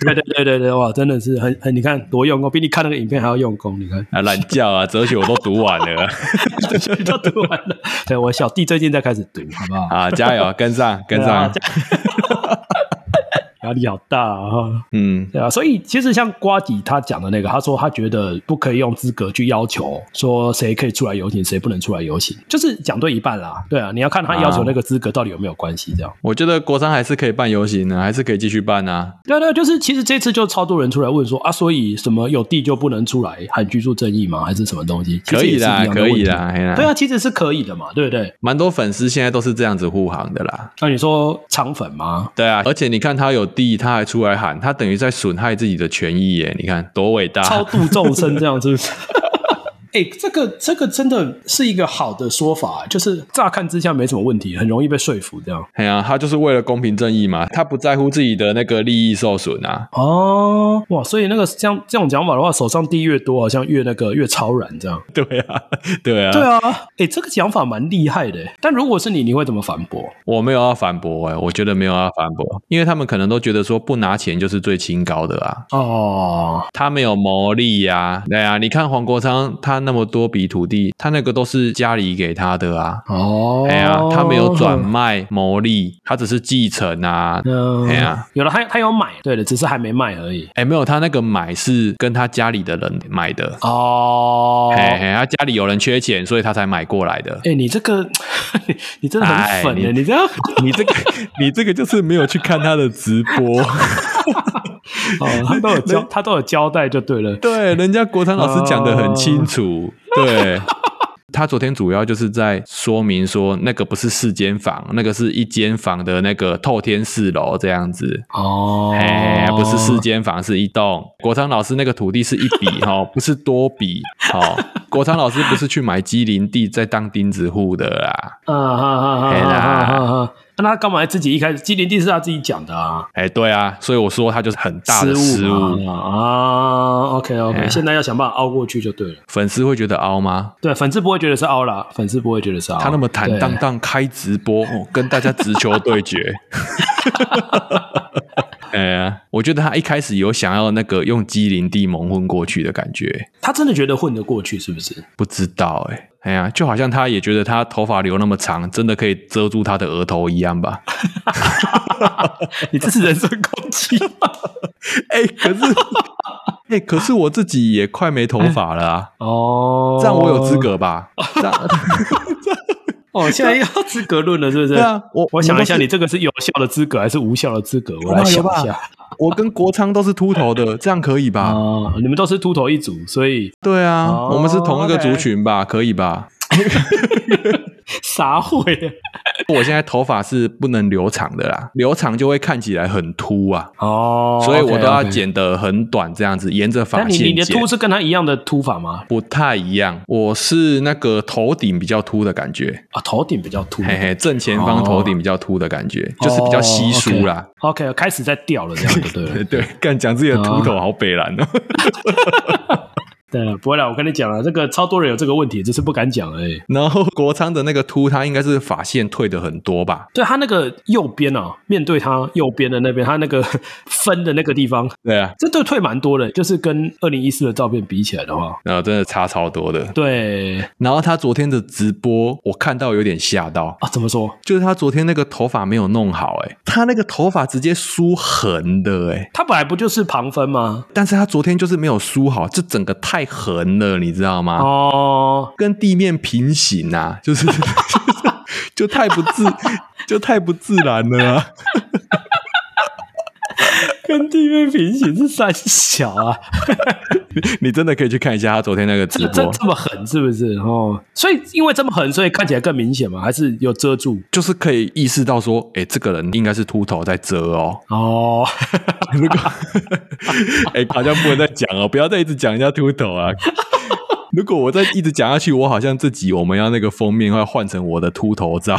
Speaker 2: 对对对对对，哇，真的是很很，你看多用功，比你看那个影片还要用功，你 看。
Speaker 1: 啊，懒觉啊，哲学我都读完了
Speaker 2: 都读完了。对我小弟最近在开始读，好不好？
Speaker 1: 啊，加油，跟上，跟
Speaker 2: 对啊
Speaker 1: 上，
Speaker 2: 压力好大啊、
Speaker 1: 嗯，
Speaker 2: 对啊，所以其实像瓜迪他讲的那个，他说他觉得不可以用资格去要求说谁可以出来游行，谁不能出来游行，就是讲对一半啦。对啊，你要看他要求那个资格到底有没有关系，这样。
Speaker 1: 我觉得国商还是可以办游行呢，还是可以继续办啊。
Speaker 2: 对啊，对啊，就是其实这次就超多人出来问说啊，所以什么有地就不能出来喊居住正义吗？还是什么东西？
Speaker 1: 可以啦，
Speaker 2: 其实也是一样的
Speaker 1: 可以
Speaker 2: 问
Speaker 1: 啦，嘿
Speaker 2: 题。
Speaker 1: 啦
Speaker 2: 对，啊，其实是可以的嘛，对不对？
Speaker 1: 蛮多粉丝现在都是这样子护航的啦。
Speaker 2: 那你说肠粉吗？
Speaker 1: 对啊，而且你看他有地，他还出来喊，他等于在损害自己的权益耶！你看多伟大，
Speaker 2: 超度众生这样子。啊 哎、这个这个真的是一个好的说法，就是乍看之下没什么问题，很容易被说服这样。
Speaker 1: 哎呀、他就是为了公平正义嘛，他不在乎自己的那个利益受损啊。
Speaker 2: 哦，哇，所以那个这样这种讲法的话，手上地越多，好像越那个越超然这样。
Speaker 1: 对啊， 对啊，
Speaker 2: 对啊，哎、这个讲法蛮厉害的。但如果是你，你会怎么反驳？
Speaker 1: 我没有要反驳哎、我觉得没有要反驳，因为他们可能都觉得说不拿钱就是最清高的啊，
Speaker 2: 哦，
Speaker 1: 他没有牟利呀、对啊，你看黄国昌他那么多笔土地，他那个都是家里给他的啊，
Speaker 2: 哦，
Speaker 1: 哎呀、他没有转。卖牟利，他只是继承啊，
Speaker 2: 嗯，
Speaker 1: 哎呀
Speaker 2: 有了，他他有买，对的，只是还没卖而已。
Speaker 1: 哎、没有，他那个买是跟他家里的人买的。
Speaker 2: 哦，
Speaker 1: 嘿嘿，他家里有人缺钱，所以他才买过来的。
Speaker 2: 哎、你这个， 你你真的很
Speaker 1: 哎
Speaker 2: 粉
Speaker 1: 你
Speaker 2: 哎，你这样。
Speaker 1: 你这个， 你这个就是没有去看他的直 播。
Speaker 2: 哦，他都有交，他都有交代就对了。
Speaker 1: 对，人家国昌老师讲的很清楚，
Speaker 2: 哦
Speaker 1: 对。他昨天主要就是在说明说，那个不是四间房，那个是一间房的那个透天四楼这样子，
Speaker 2: 哦
Speaker 1: 哎、不是四间房，是一栋。国昌老师那个土地是一笔哈、不是多笔哦。国昌老师不是去买机林地在当钉子户的啦，
Speaker 2: 啊哈哈哈
Speaker 1: 嘿啦
Speaker 2: 哈哈哈！那他干嘛自己一开始？基林地是他自己讲的啊，
Speaker 1: 哎、对啊，所以我说他就是很大的失误。
Speaker 2: 嘛啊。OK
Speaker 1: 哎
Speaker 2: OK，
Speaker 1: 呀
Speaker 2: 现在要想办法熬过去就对了。
Speaker 1: 粉丝会觉得凹吗？
Speaker 2: 对，粉丝不会觉得是凹啦，粉丝不会觉得是凹。
Speaker 1: 他那么坦荡
Speaker 2: 对，
Speaker 1: 荡开直播，哦、跟大家直球对决。 哎呀，我觉得他一开始有想要那个用机灵地蒙混过去的感觉，
Speaker 2: 他真的觉得混得过去是不 是？
Speaker 1: 不知道哎、哎呀，就好像他也觉得他头发留那么长，真的可以遮住他的额头一样吧？
Speaker 2: 你这是人身攻击。
Speaker 1: 哎、可 是，哎、可是我自己也快没头发了啊，
Speaker 2: 哦，
Speaker 1: 这样我有资？格吧？这样
Speaker 2: 哦，现在要资格论了，是不是？
Speaker 1: 对啊，我
Speaker 2: 我想一下，
Speaker 1: 我都是
Speaker 2: 你这个是有效的资格还是无效的资格？我来
Speaker 1: 有
Speaker 2: 想
Speaker 1: 吧
Speaker 2: 一
Speaker 1: 有
Speaker 2: 下
Speaker 1: 吧我跟国昌都是秃头的，这样可以吧？
Speaker 2: 啊，你们都是秃头一族，所以
Speaker 1: 对啊，
Speaker 2: 哦
Speaker 1: 我们是同一个
Speaker 2: OK
Speaker 1: 族群吧可以吧？
Speaker 2: 啥会啊？
Speaker 1: 我现在头发是不能留长的啦，留长就会看起来很秃啊，
Speaker 2: 哦，
Speaker 1: 所以我
Speaker 2: OK，
Speaker 1: 都要
Speaker 2: OK。
Speaker 1: 剪得很短，这样子沿着
Speaker 2: 那
Speaker 1: 发
Speaker 2: 你你
Speaker 1: 线
Speaker 2: 的
Speaker 1: 剪
Speaker 2: 秃。是跟他一样的秃法吗？
Speaker 1: 不太一样，我是那个头顶比较秃的感觉，
Speaker 2: 啊，头顶比较秃。
Speaker 1: 嘿嘿，正前
Speaker 2: 哦
Speaker 1: 方头顶比较秃的感觉，就是比较稀疏啦。
Speaker 2: OK，开始在掉了，这样就 对了。
Speaker 1: 对，干讲自己的秃头好北蓝
Speaker 2: 嗯
Speaker 1: 哦。
Speaker 2: 对，不会啦，我跟你讲了，啊这个超多人有这个问题，只是不敢讲哎而已。
Speaker 1: 然后国昌的那个秃，他应该是发线退的很多吧？
Speaker 2: 对他那个右边啊，面对他右边的那边，他那个分的那个地方，
Speaker 1: 对啊，
Speaker 2: 这都退蛮多的，就是跟二零一四的照片比起来的话，
Speaker 1: 然后真的差超多的。
Speaker 2: 对啊、
Speaker 1: 然后他昨天的直播，我看到有点吓到，
Speaker 2: 怎么说？
Speaker 1: 就是他昨天那个头发没有弄好、欸，他那个头发直接梳横的、欸，
Speaker 2: 他本来不就是旁分吗？
Speaker 1: 但是他昨天就是没有梳好，这整个太横了，你知道吗？
Speaker 2: 哦，
Speaker 1: 跟地面平行啊，就是 就太不自 就太不自然了、啊。
Speaker 2: 跟地面平行是三小啊，
Speaker 1: 你真的可以去看一下他昨天那个直
Speaker 2: 这这
Speaker 1: 播，
Speaker 2: 这么狠是不是？哦，所以因为这么狠，所以看起来更明显嘛，还是有遮住？
Speaker 1: 就是可以意识到说，哎、这个人应该是秃头在遮哦。
Speaker 2: 哦，
Speaker 1: 如果 哎、好像不能再讲哦，不要再一直讲人家秃头啊。 如果我再一直讲下去，我好像这集我们要那个封面要换成我的秃头 照。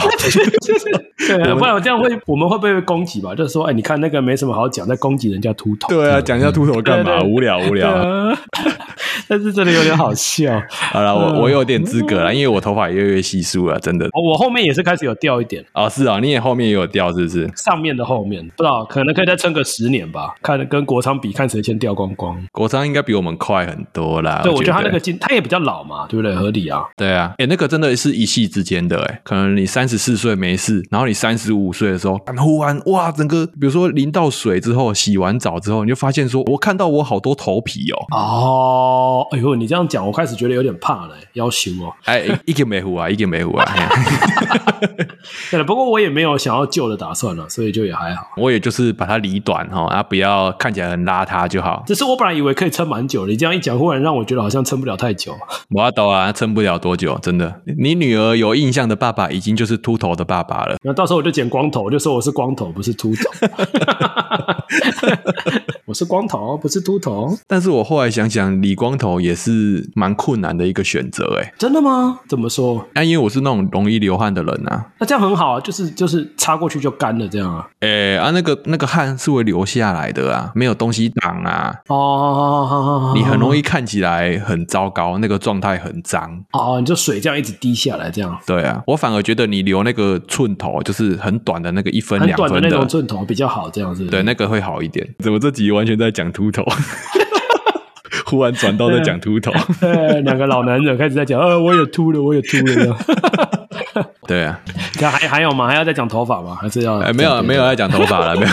Speaker 2: 对啊，不然我这样会我们会不会被攻击吧？就是说，哎，你看那个没什么好讲，在攻击人家秃头。
Speaker 1: 对啊，讲一下秃头干嘛？
Speaker 2: 对对
Speaker 1: 无聊无聊。
Speaker 2: 啊， 但是真的有点好笑。哦
Speaker 1: 好了，
Speaker 2: 嗯
Speaker 1: 我我有点资格了，因为我头发越来越稀疏了，真的。
Speaker 2: 哦我后面也是开始有掉一点，
Speaker 1: 哦，是啊，你也后面也有掉是不是？
Speaker 2: 上面的后面不知道，可能可以再撑个十年吧，看跟国昌比，看谁先掉光光。
Speaker 1: 国昌应该比我们快很多啦。
Speaker 2: 对，我
Speaker 1: 觉
Speaker 2: 觉得他那个金，他也比较老嘛，对不对？合理啊。
Speaker 1: 对啊，哎、那个真的是一夕之间的哎、可能你三十四岁没事，然后你三十五岁的时候，干忽然哇，整个比如说淋到水之后，洗完澡之后，你就发现说，我看到我好多头皮哦，
Speaker 2: 哦，哎呦，你这样讲，我开始觉得有点怕了，要求哦。
Speaker 1: 哎、一根没糊啊，一根没糊啊， 嘿
Speaker 2: 对了，不过我也没有想要救的打算了，所以就也还好。
Speaker 1: 我也就是把它理短哈，啊，不要看起来很邋遢就好。
Speaker 2: 只是我本来以为可以撑蛮久的，你这样一讲，忽然让我觉得好像撑不了太久。
Speaker 1: 我要抖啊，撑不了多久，真的。你女儿有印象的爸爸已经就是秃头的爸爸了。
Speaker 2: 那到时候我就剪光头，我就说我是光头，不是秃头。 我是光头，不是秃头。
Speaker 1: 但是我后来想想，理光头也是蛮困难的一个选择哎、
Speaker 2: 真的吗？怎么说？
Speaker 1: 那、因为我是那种容易流汗的人啊，
Speaker 2: 那这样很好啊，就是就是插过去就干了这样啊。
Speaker 1: 诶、啊，那个那个汗是会流下来的啊，没有东西挡啊，
Speaker 2: 哦，
Speaker 1: 你很容
Speaker 2: 易
Speaker 1: 易看起来很糟糕，那个状态很脏。
Speaker 2: 哦，你就水这样一直滴下来，这样
Speaker 1: 对啊，我反而觉得你留那个寸头，就是很短的那个一分
Speaker 2: 很
Speaker 1: 两
Speaker 2: 短的
Speaker 1: 分
Speaker 2: 那种寸头比较好，这样子。
Speaker 1: 对，那个会好一点。怎么这集完全在讲秃头？ 忽然转
Speaker 2: 啊
Speaker 1: 到在讲秃头，
Speaker 2: 对， 两个老男人开始在讲，呃，我也秃了，我也秃了这样。
Speaker 1: 对啊，
Speaker 2: 这还还有吗？还要再讲头发吗？还是要？
Speaker 1: 哎、没有没有。要讲头发了， 没有。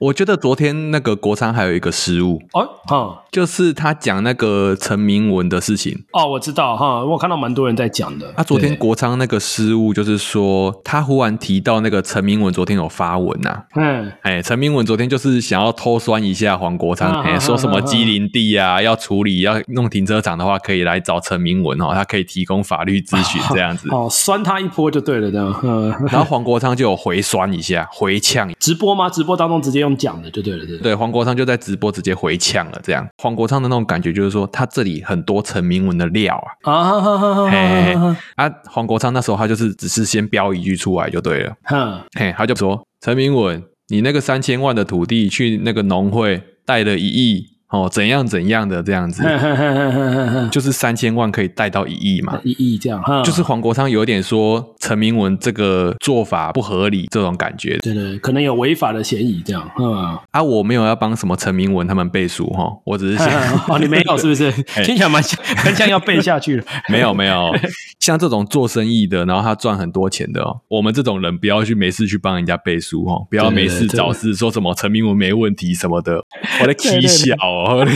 Speaker 1: 我觉得昨天那个国昌还有一个失误，
Speaker 2: 哦，哈，
Speaker 1: 就是他讲那个陈明文的事情，
Speaker 2: 哦，我知道哈，我看到蛮多人在讲的。
Speaker 1: 啊，昨天
Speaker 2: 对
Speaker 1: 国昌那个失误就是说，他忽然提到那个陈明文昨天有发文呐、啊。
Speaker 2: 嗯，
Speaker 1: 哎，陈明文昨天就是想要偷酸一下黄国昌，
Speaker 2: 啊
Speaker 1: 哎，
Speaker 2: 啊
Speaker 1: 说什么
Speaker 2: 啊啊
Speaker 1: 机林地啊，要处理要弄停车场的话，可以来找陈明文哦，他可以提供法律咨 询这样子。
Speaker 2: 哦，酸他一波就对了，这样。嗯，
Speaker 1: 然后黄国昌就有回酸一下，回呛。
Speaker 2: 直播吗？直播当中直接用讲的就对了，对不对。
Speaker 1: 对，黄国昌就在直播直接回呛了，这样黄国昌的那种感觉就是说，他这里很多陈明文的料啊，
Speaker 2: 啊哈哈哈哈
Speaker 1: 嘿
Speaker 2: 哈哈！
Speaker 1: 啊，黄国昌那时候他就是只是先标一句出来就对了。
Speaker 2: 哼，
Speaker 1: 嘿，他就说陈明文，你那个三千万的土地去那个农会贷了一亿哦，怎样怎样的这样子，
Speaker 2: 哼哼哼哼哼哼
Speaker 1: 就是三千万可以贷到一亿嘛。
Speaker 2: 一亿这样，哈，
Speaker 1: 就是黄国昌有点说陈明文这个做法不合理这种感觉
Speaker 2: 对对，可能有违法的嫌疑这样，嗯，
Speaker 1: 啊，我没有要帮什么陈明文他们背书哈、哦，我只是想
Speaker 2: 哦，你没有是不是？听起来蛮像， 蛮像要背下去了。
Speaker 1: 没有没 有，像这种做生意的，然后他赚很多钱的、哦，我们这种人不要去没事去帮人家背书哦，不要没事
Speaker 2: 对对对
Speaker 1: 找事说什么陈明文没问题什么的，我的
Speaker 2: 对
Speaker 1: 起
Speaker 2: 对对
Speaker 1: 小哦，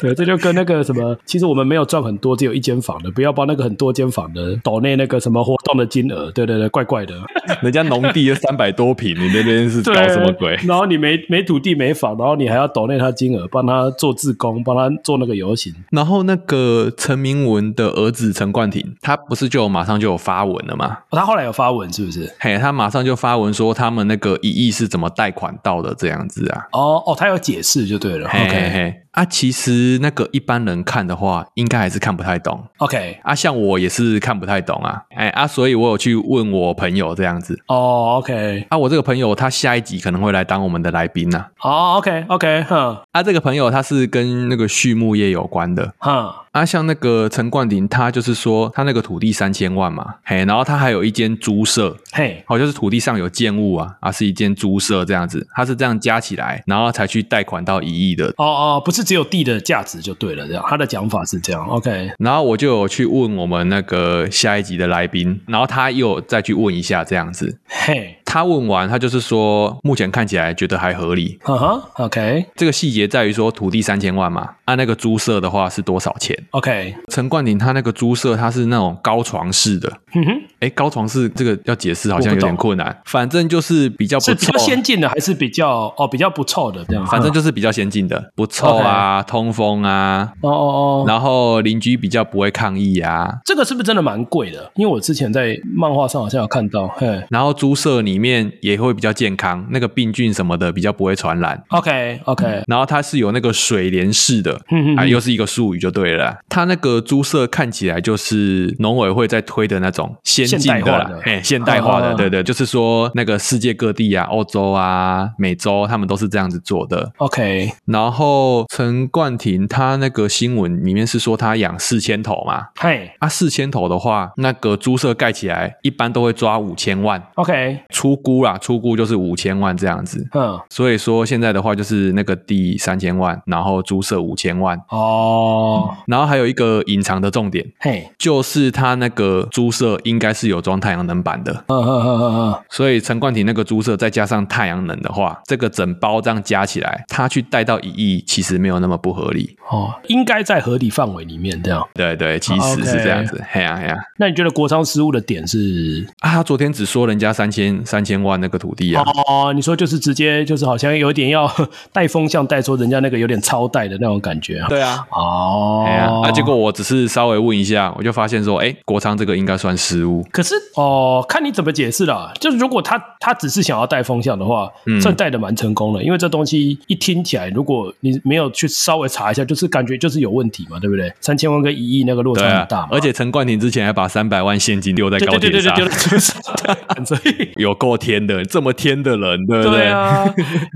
Speaker 2: 对，这就跟那个什么，其实我们没有赚很多，只有一间房的，不要帮那个很多间房的岛内那个什么活动的金额，对对对，怪怪的。
Speaker 1: 人家农地有三百多平，你那边是 搞
Speaker 2: 对，
Speaker 1: 什么鬼？
Speaker 2: 然后你没没土地没房，然后你还要抖内他金额，帮他做自工，帮他做那个游行。
Speaker 1: 然后那个陈明文的儿子陈冠廷，他不是就有马上就有发文了吗？
Speaker 2: 哦他后来有发文是不是？
Speaker 1: 嘿，他马上就发文说他们那个一亿是怎么贷款到的这样子啊。
Speaker 2: 哦哦，他有解释就对了。
Speaker 1: 嘿嘿
Speaker 2: OK
Speaker 1: 嘿，啊，其实那个一般人看的话，应该还是看不太懂
Speaker 2: OK，
Speaker 1: 啊。像我也是看不太懂啊，哎啊，所以我有去问我朋友这样子
Speaker 2: 哦 OK，
Speaker 1: 啊。我这个朋友他下一集可能会来当我们的来宾呐、啊。
Speaker 2: 哦 OK OK，哼
Speaker 1: 啊，这个朋友他是跟那个畜牧业有关的，
Speaker 2: 哼，
Speaker 1: 啊，像那个陈冠廷，他就是说他那个土地三千万嘛，嘿，然后他还有一间猪舍，哦
Speaker 2: 嘿
Speaker 1: 好、就是土地上有建物啊，啊是一间猪舍这样子，他是这样加起来，然后才去贷款到一亿的。
Speaker 2: 哦哦，不是只有地的价值就对了，这样他的讲法是这样。OK，
Speaker 1: 然后我就有去问我们那个下一集的来宾，然后他又再去问一下这样子。
Speaker 2: 嘿，
Speaker 1: 他问完，他就是说目前看起来觉得还合理。
Speaker 2: 哈哈，OK Uh-huh
Speaker 1: 这个细节在于说土地三千万嘛，按、那个猪舍的话是多少钱？
Speaker 2: OK，
Speaker 1: 陈冠廷他那个猪舍他是那种高床式的，
Speaker 2: 哼嗯哼，
Speaker 1: 哎，高床是这个要解释好像有
Speaker 2: 我不懂
Speaker 1: 点困难，反正就是比较不
Speaker 2: 是比
Speaker 1: 错
Speaker 2: 较，先进的还是比较哦比较不臭的这样？
Speaker 1: 反正
Speaker 2: 就
Speaker 1: 就是比较先进的，不臭啊，通风啊，
Speaker 2: 哦哦哦，
Speaker 1: 然后邻居比较不会抗议啊。
Speaker 2: 这个是不是真的蛮贵的？因为我之前在漫画上好像有看到，嘿。
Speaker 1: 然后猪舍里面也会比较健康，那个病菌什么的比较不会传染。
Speaker 2: OK OK，
Speaker 1: 然后它是有那个水帘式的
Speaker 2: 嗯嗯，嗯
Speaker 1: 啊，又是一个术语就对了啦。它那个猪舍看起来就是农委会在推的那种先进
Speaker 2: 现代化
Speaker 1: 啦
Speaker 2: 的
Speaker 1: 哎，现代化的，
Speaker 2: 哦
Speaker 1: 对对，就是说那个世界各地啊，欧洲啊、美洲，他们都是这样子做的。
Speaker 2: OK，
Speaker 1: 然后陈冠廷他那个新闻里面是说他养四千头嘛，
Speaker 2: 嘿
Speaker 1: 啊四千头的话，那个猪舍盖起来一般都会抓五千万，
Speaker 2: ，OK，
Speaker 1: 出估啦，出估就是五千万这样子。
Speaker 2: 嗯，
Speaker 1: 所以说现在的话就是那个地三千万，然后猪舍五千万，
Speaker 2: 哦，
Speaker 1: 然后还有一个隐藏的重点。
Speaker 2: 嘿，
Speaker 1: 就是他那个猪舍应该是有装太阳能板的，
Speaker 2: 嗯嗯嗯嗯嗯，
Speaker 1: 所以陈冠廷那个猪舍再加上太阳能的话，这个整包这样加起来，他去贷到一亿，其实没有那么不合理。
Speaker 2: 哦，应该在合理范围里面这样。
Speaker 1: 对对，其
Speaker 2: 哦
Speaker 1: 实是这样子。嘿呀嘿呀，
Speaker 2: 那你觉得国商失误的点是？
Speaker 1: 啊，他昨天只说人家三千三千万那个土地啊，
Speaker 2: 哦，你说就是直接就是好像有点要 带风向带说人家那个有点超带的那种感觉啊。
Speaker 1: 对啊。
Speaker 2: 哦，
Speaker 1: 哎呀，啊，结果我只是稍微问一下，我就发现说，哎，国昌这个应该算失误，
Speaker 2: 可是哦，看你怎么解释啦。就是如果他他只是想要带风向的话，
Speaker 1: 嗯
Speaker 2: 算带的蛮成功的，因为这东西一听起来，如果你没有去稍微查一下，就是感觉就是有问题嘛，对不对？三千万跟一亿那个落
Speaker 1: 对
Speaker 2: 差
Speaker 1: 啊
Speaker 2: 很大嘛，，
Speaker 1: 而且陈冠廷之前还把三百万现金丢在
Speaker 2: 对
Speaker 1: 高
Speaker 2: 对对
Speaker 1: 铁上，
Speaker 2: 对对对，就是对所以。
Speaker 1: 有够天的，这么天的人，对不
Speaker 2: 对啊，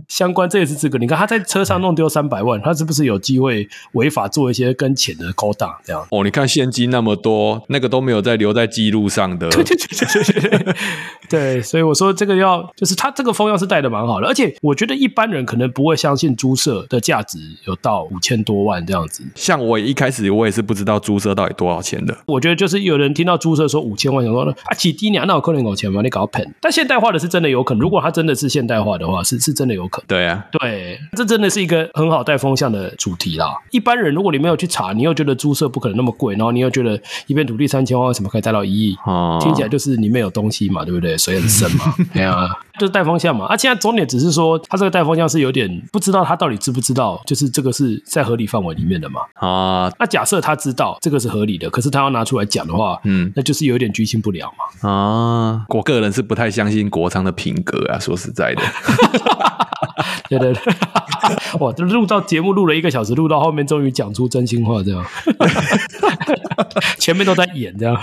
Speaker 2: 相关这也是这个。你看他在车上弄丢三百万，他是不是有机会违法做一些跟钱的勾当？这样，
Speaker 1: 哦，你看现金那么多，那个都没有在留在记录上的，
Speaker 2: 对对对对对， 对，所以我说这个要就是他这个风要是带的蛮好的，而且我觉得一般人可能不会相信猪舍的价值有到五千多万这样子。
Speaker 1: 像我一开始我也是不知道租车到底多少钱的，
Speaker 2: 我觉得就是有人听到猪舍说五千万，想说啊起低你啊，那有可能有钱吗？你搞骗。但现代化的是真的有可能，如果它真的是现代化的话，是是真的有可能。
Speaker 1: 对啊，
Speaker 2: 对，这真的是一个很好带风向的主题啦。一般人如果你没有去查，你又觉得猪舍不可能那么贵，然后你又觉得一片土地三千万，怎么可以带到一亿？
Speaker 1: 哦，
Speaker 2: 听起来就是里面有东西嘛，对不对？水很深 嘛，对啊，就是带风向嘛。啊，现在重点只是说，他这个带风向是有点不知道他到底知不知道，就是这个是在合理范围里面的嘛。
Speaker 1: 啊
Speaker 2: 那假设他知道这个是合理的，可是他要拿出来讲的话，
Speaker 1: 嗯
Speaker 2: 那就是有点居心不良嘛。
Speaker 1: 啊，我个人是不太相信国昌的品格啊，说实在的，
Speaker 2: 对 对对，哇，这录到节目录了一个小时，录到后面终于讲出真心话，这样， 前面都在演这样，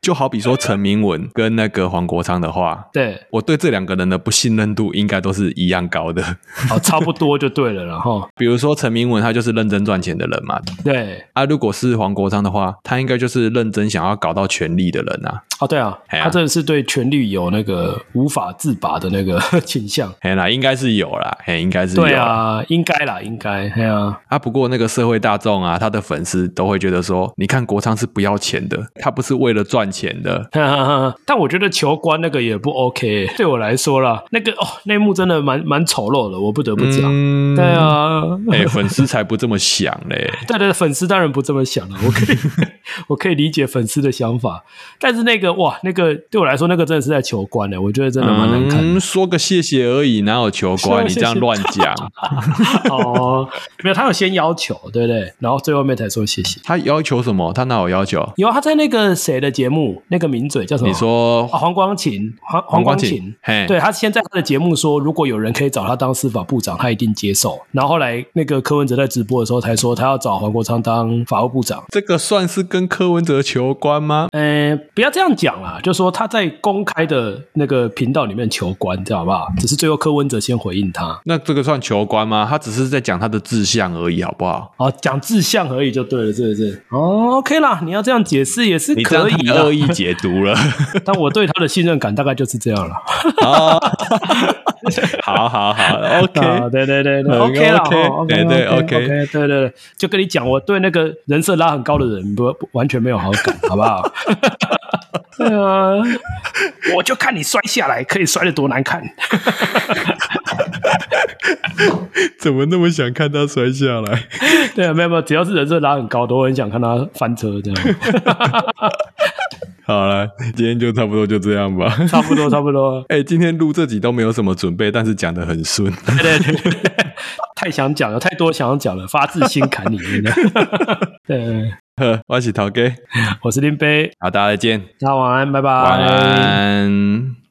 Speaker 1: 就好比说陈明文跟那个黄国昌的话，
Speaker 2: 对，
Speaker 1: 我对这两个人的不信任度应该都是一样高的。
Speaker 2: 好，差不多就对了啦，然后
Speaker 1: 比如说陈明文，他就是认真赚钱的人嘛，
Speaker 2: 对，
Speaker 1: 啊，如果是黄国昌的话，他应该就是认真想要搞到权力的人啊，
Speaker 2: 哦，对啊，
Speaker 1: 哎呀
Speaker 2: 他真的是对权力有那个无法自拔的那个 倾向。
Speaker 1: 嘿啦，应该是有啦，嘿，应该是有
Speaker 2: 对
Speaker 1: 啦。
Speaker 2: 啊，应该啦，应该，哎呀，
Speaker 1: 啊，不过那个社会大众啊，他的粉丝都会觉得说，你看国昌是不要钱的，他不是为了赚钱的。
Speaker 2: 哈哈哈！但我觉得求官那个也不 OK，对我来说啦，那个哦，内幕真的蛮蛮丑陋的，我不得不讲。
Speaker 1: 嗯
Speaker 2: 对，啊，
Speaker 1: 哎、粉丝才不这么想嘞。
Speaker 2: 对对，粉丝当然不这么想了，我可以， 我可以理解粉丝的想法，但是那个哇，那个对我来说，那个真的是在求官欸的，我觉得 真的蛮难看的。
Speaker 1: 嗯，说个谢谢而已，哪有求
Speaker 2: 说
Speaker 1: 官？你
Speaker 2: 谢
Speaker 1: 这样
Speaker 2: 谢
Speaker 1: 乱讲，
Speaker 2: 哦，没有，他有先要求，对不对？然后最后面才说谢谢。
Speaker 1: 他要求什么？他哪有要求？
Speaker 2: 有啊他在那个谁的节目，那个名嘴叫什么？
Speaker 1: 你说
Speaker 2: 啊，黄光琴，黄
Speaker 1: 黄光
Speaker 2: 光
Speaker 1: 琴
Speaker 2: 琴，
Speaker 1: 嘿
Speaker 2: 对他先在他的节目说，如果有人可以找他当司法部长，他一定接受。然后后来那个柯文哲在直播的时候才说，他要找黄国昌当法务部长。
Speaker 1: 这个算是跟柯文哲求官吗？
Speaker 2: 呃，不要这样讲啦，就说他在公开的那个频道里面求官，这样好不好？只是最后柯文哲先回应他，
Speaker 1: 那这个算求官吗？他只是在讲他的志向而已，好不好？
Speaker 2: 哦，讲志向而已就对了，是不是？哦，OK 啦，你要这样解释也是
Speaker 1: 你这
Speaker 2: 可
Speaker 1: 样啊
Speaker 2: 以
Speaker 1: 太
Speaker 2: 啊的
Speaker 1: 恶。意解读 了。
Speaker 2: 但我对他的信任感大概就是这样了。
Speaker 1: 好，好好好，OK。
Speaker 2: 啊，对对对对
Speaker 1: 嗯
Speaker 2: ，OK 啦
Speaker 1: OK，
Speaker 2: 哦
Speaker 1: 对对 OK
Speaker 2: OK，对对对，就跟你讲，我对那个人设拉很高的人不不完全没有好感，好不好？ 对啊，我就看你摔下来可以摔得多难看。
Speaker 1: 怎么那么想看他摔下来？
Speaker 2: 对啊，没有没有，只要是人设拉很高的，我很想看他翻车这 样。
Speaker 1: 好了，今天就差不多就这样吧。
Speaker 2: 差不多，差不多。
Speaker 1: 哎、今天录这集都没有什么准备，但是讲得很顺。
Speaker 2: 对对对对，太想讲了，太多想要讲了，发自心坎里 面的。对，
Speaker 1: 呵我是陶哥，
Speaker 2: 我是林飞，
Speaker 1: 好，大家再见，
Speaker 2: 大家晚安，拜拜。
Speaker 1: 晚安。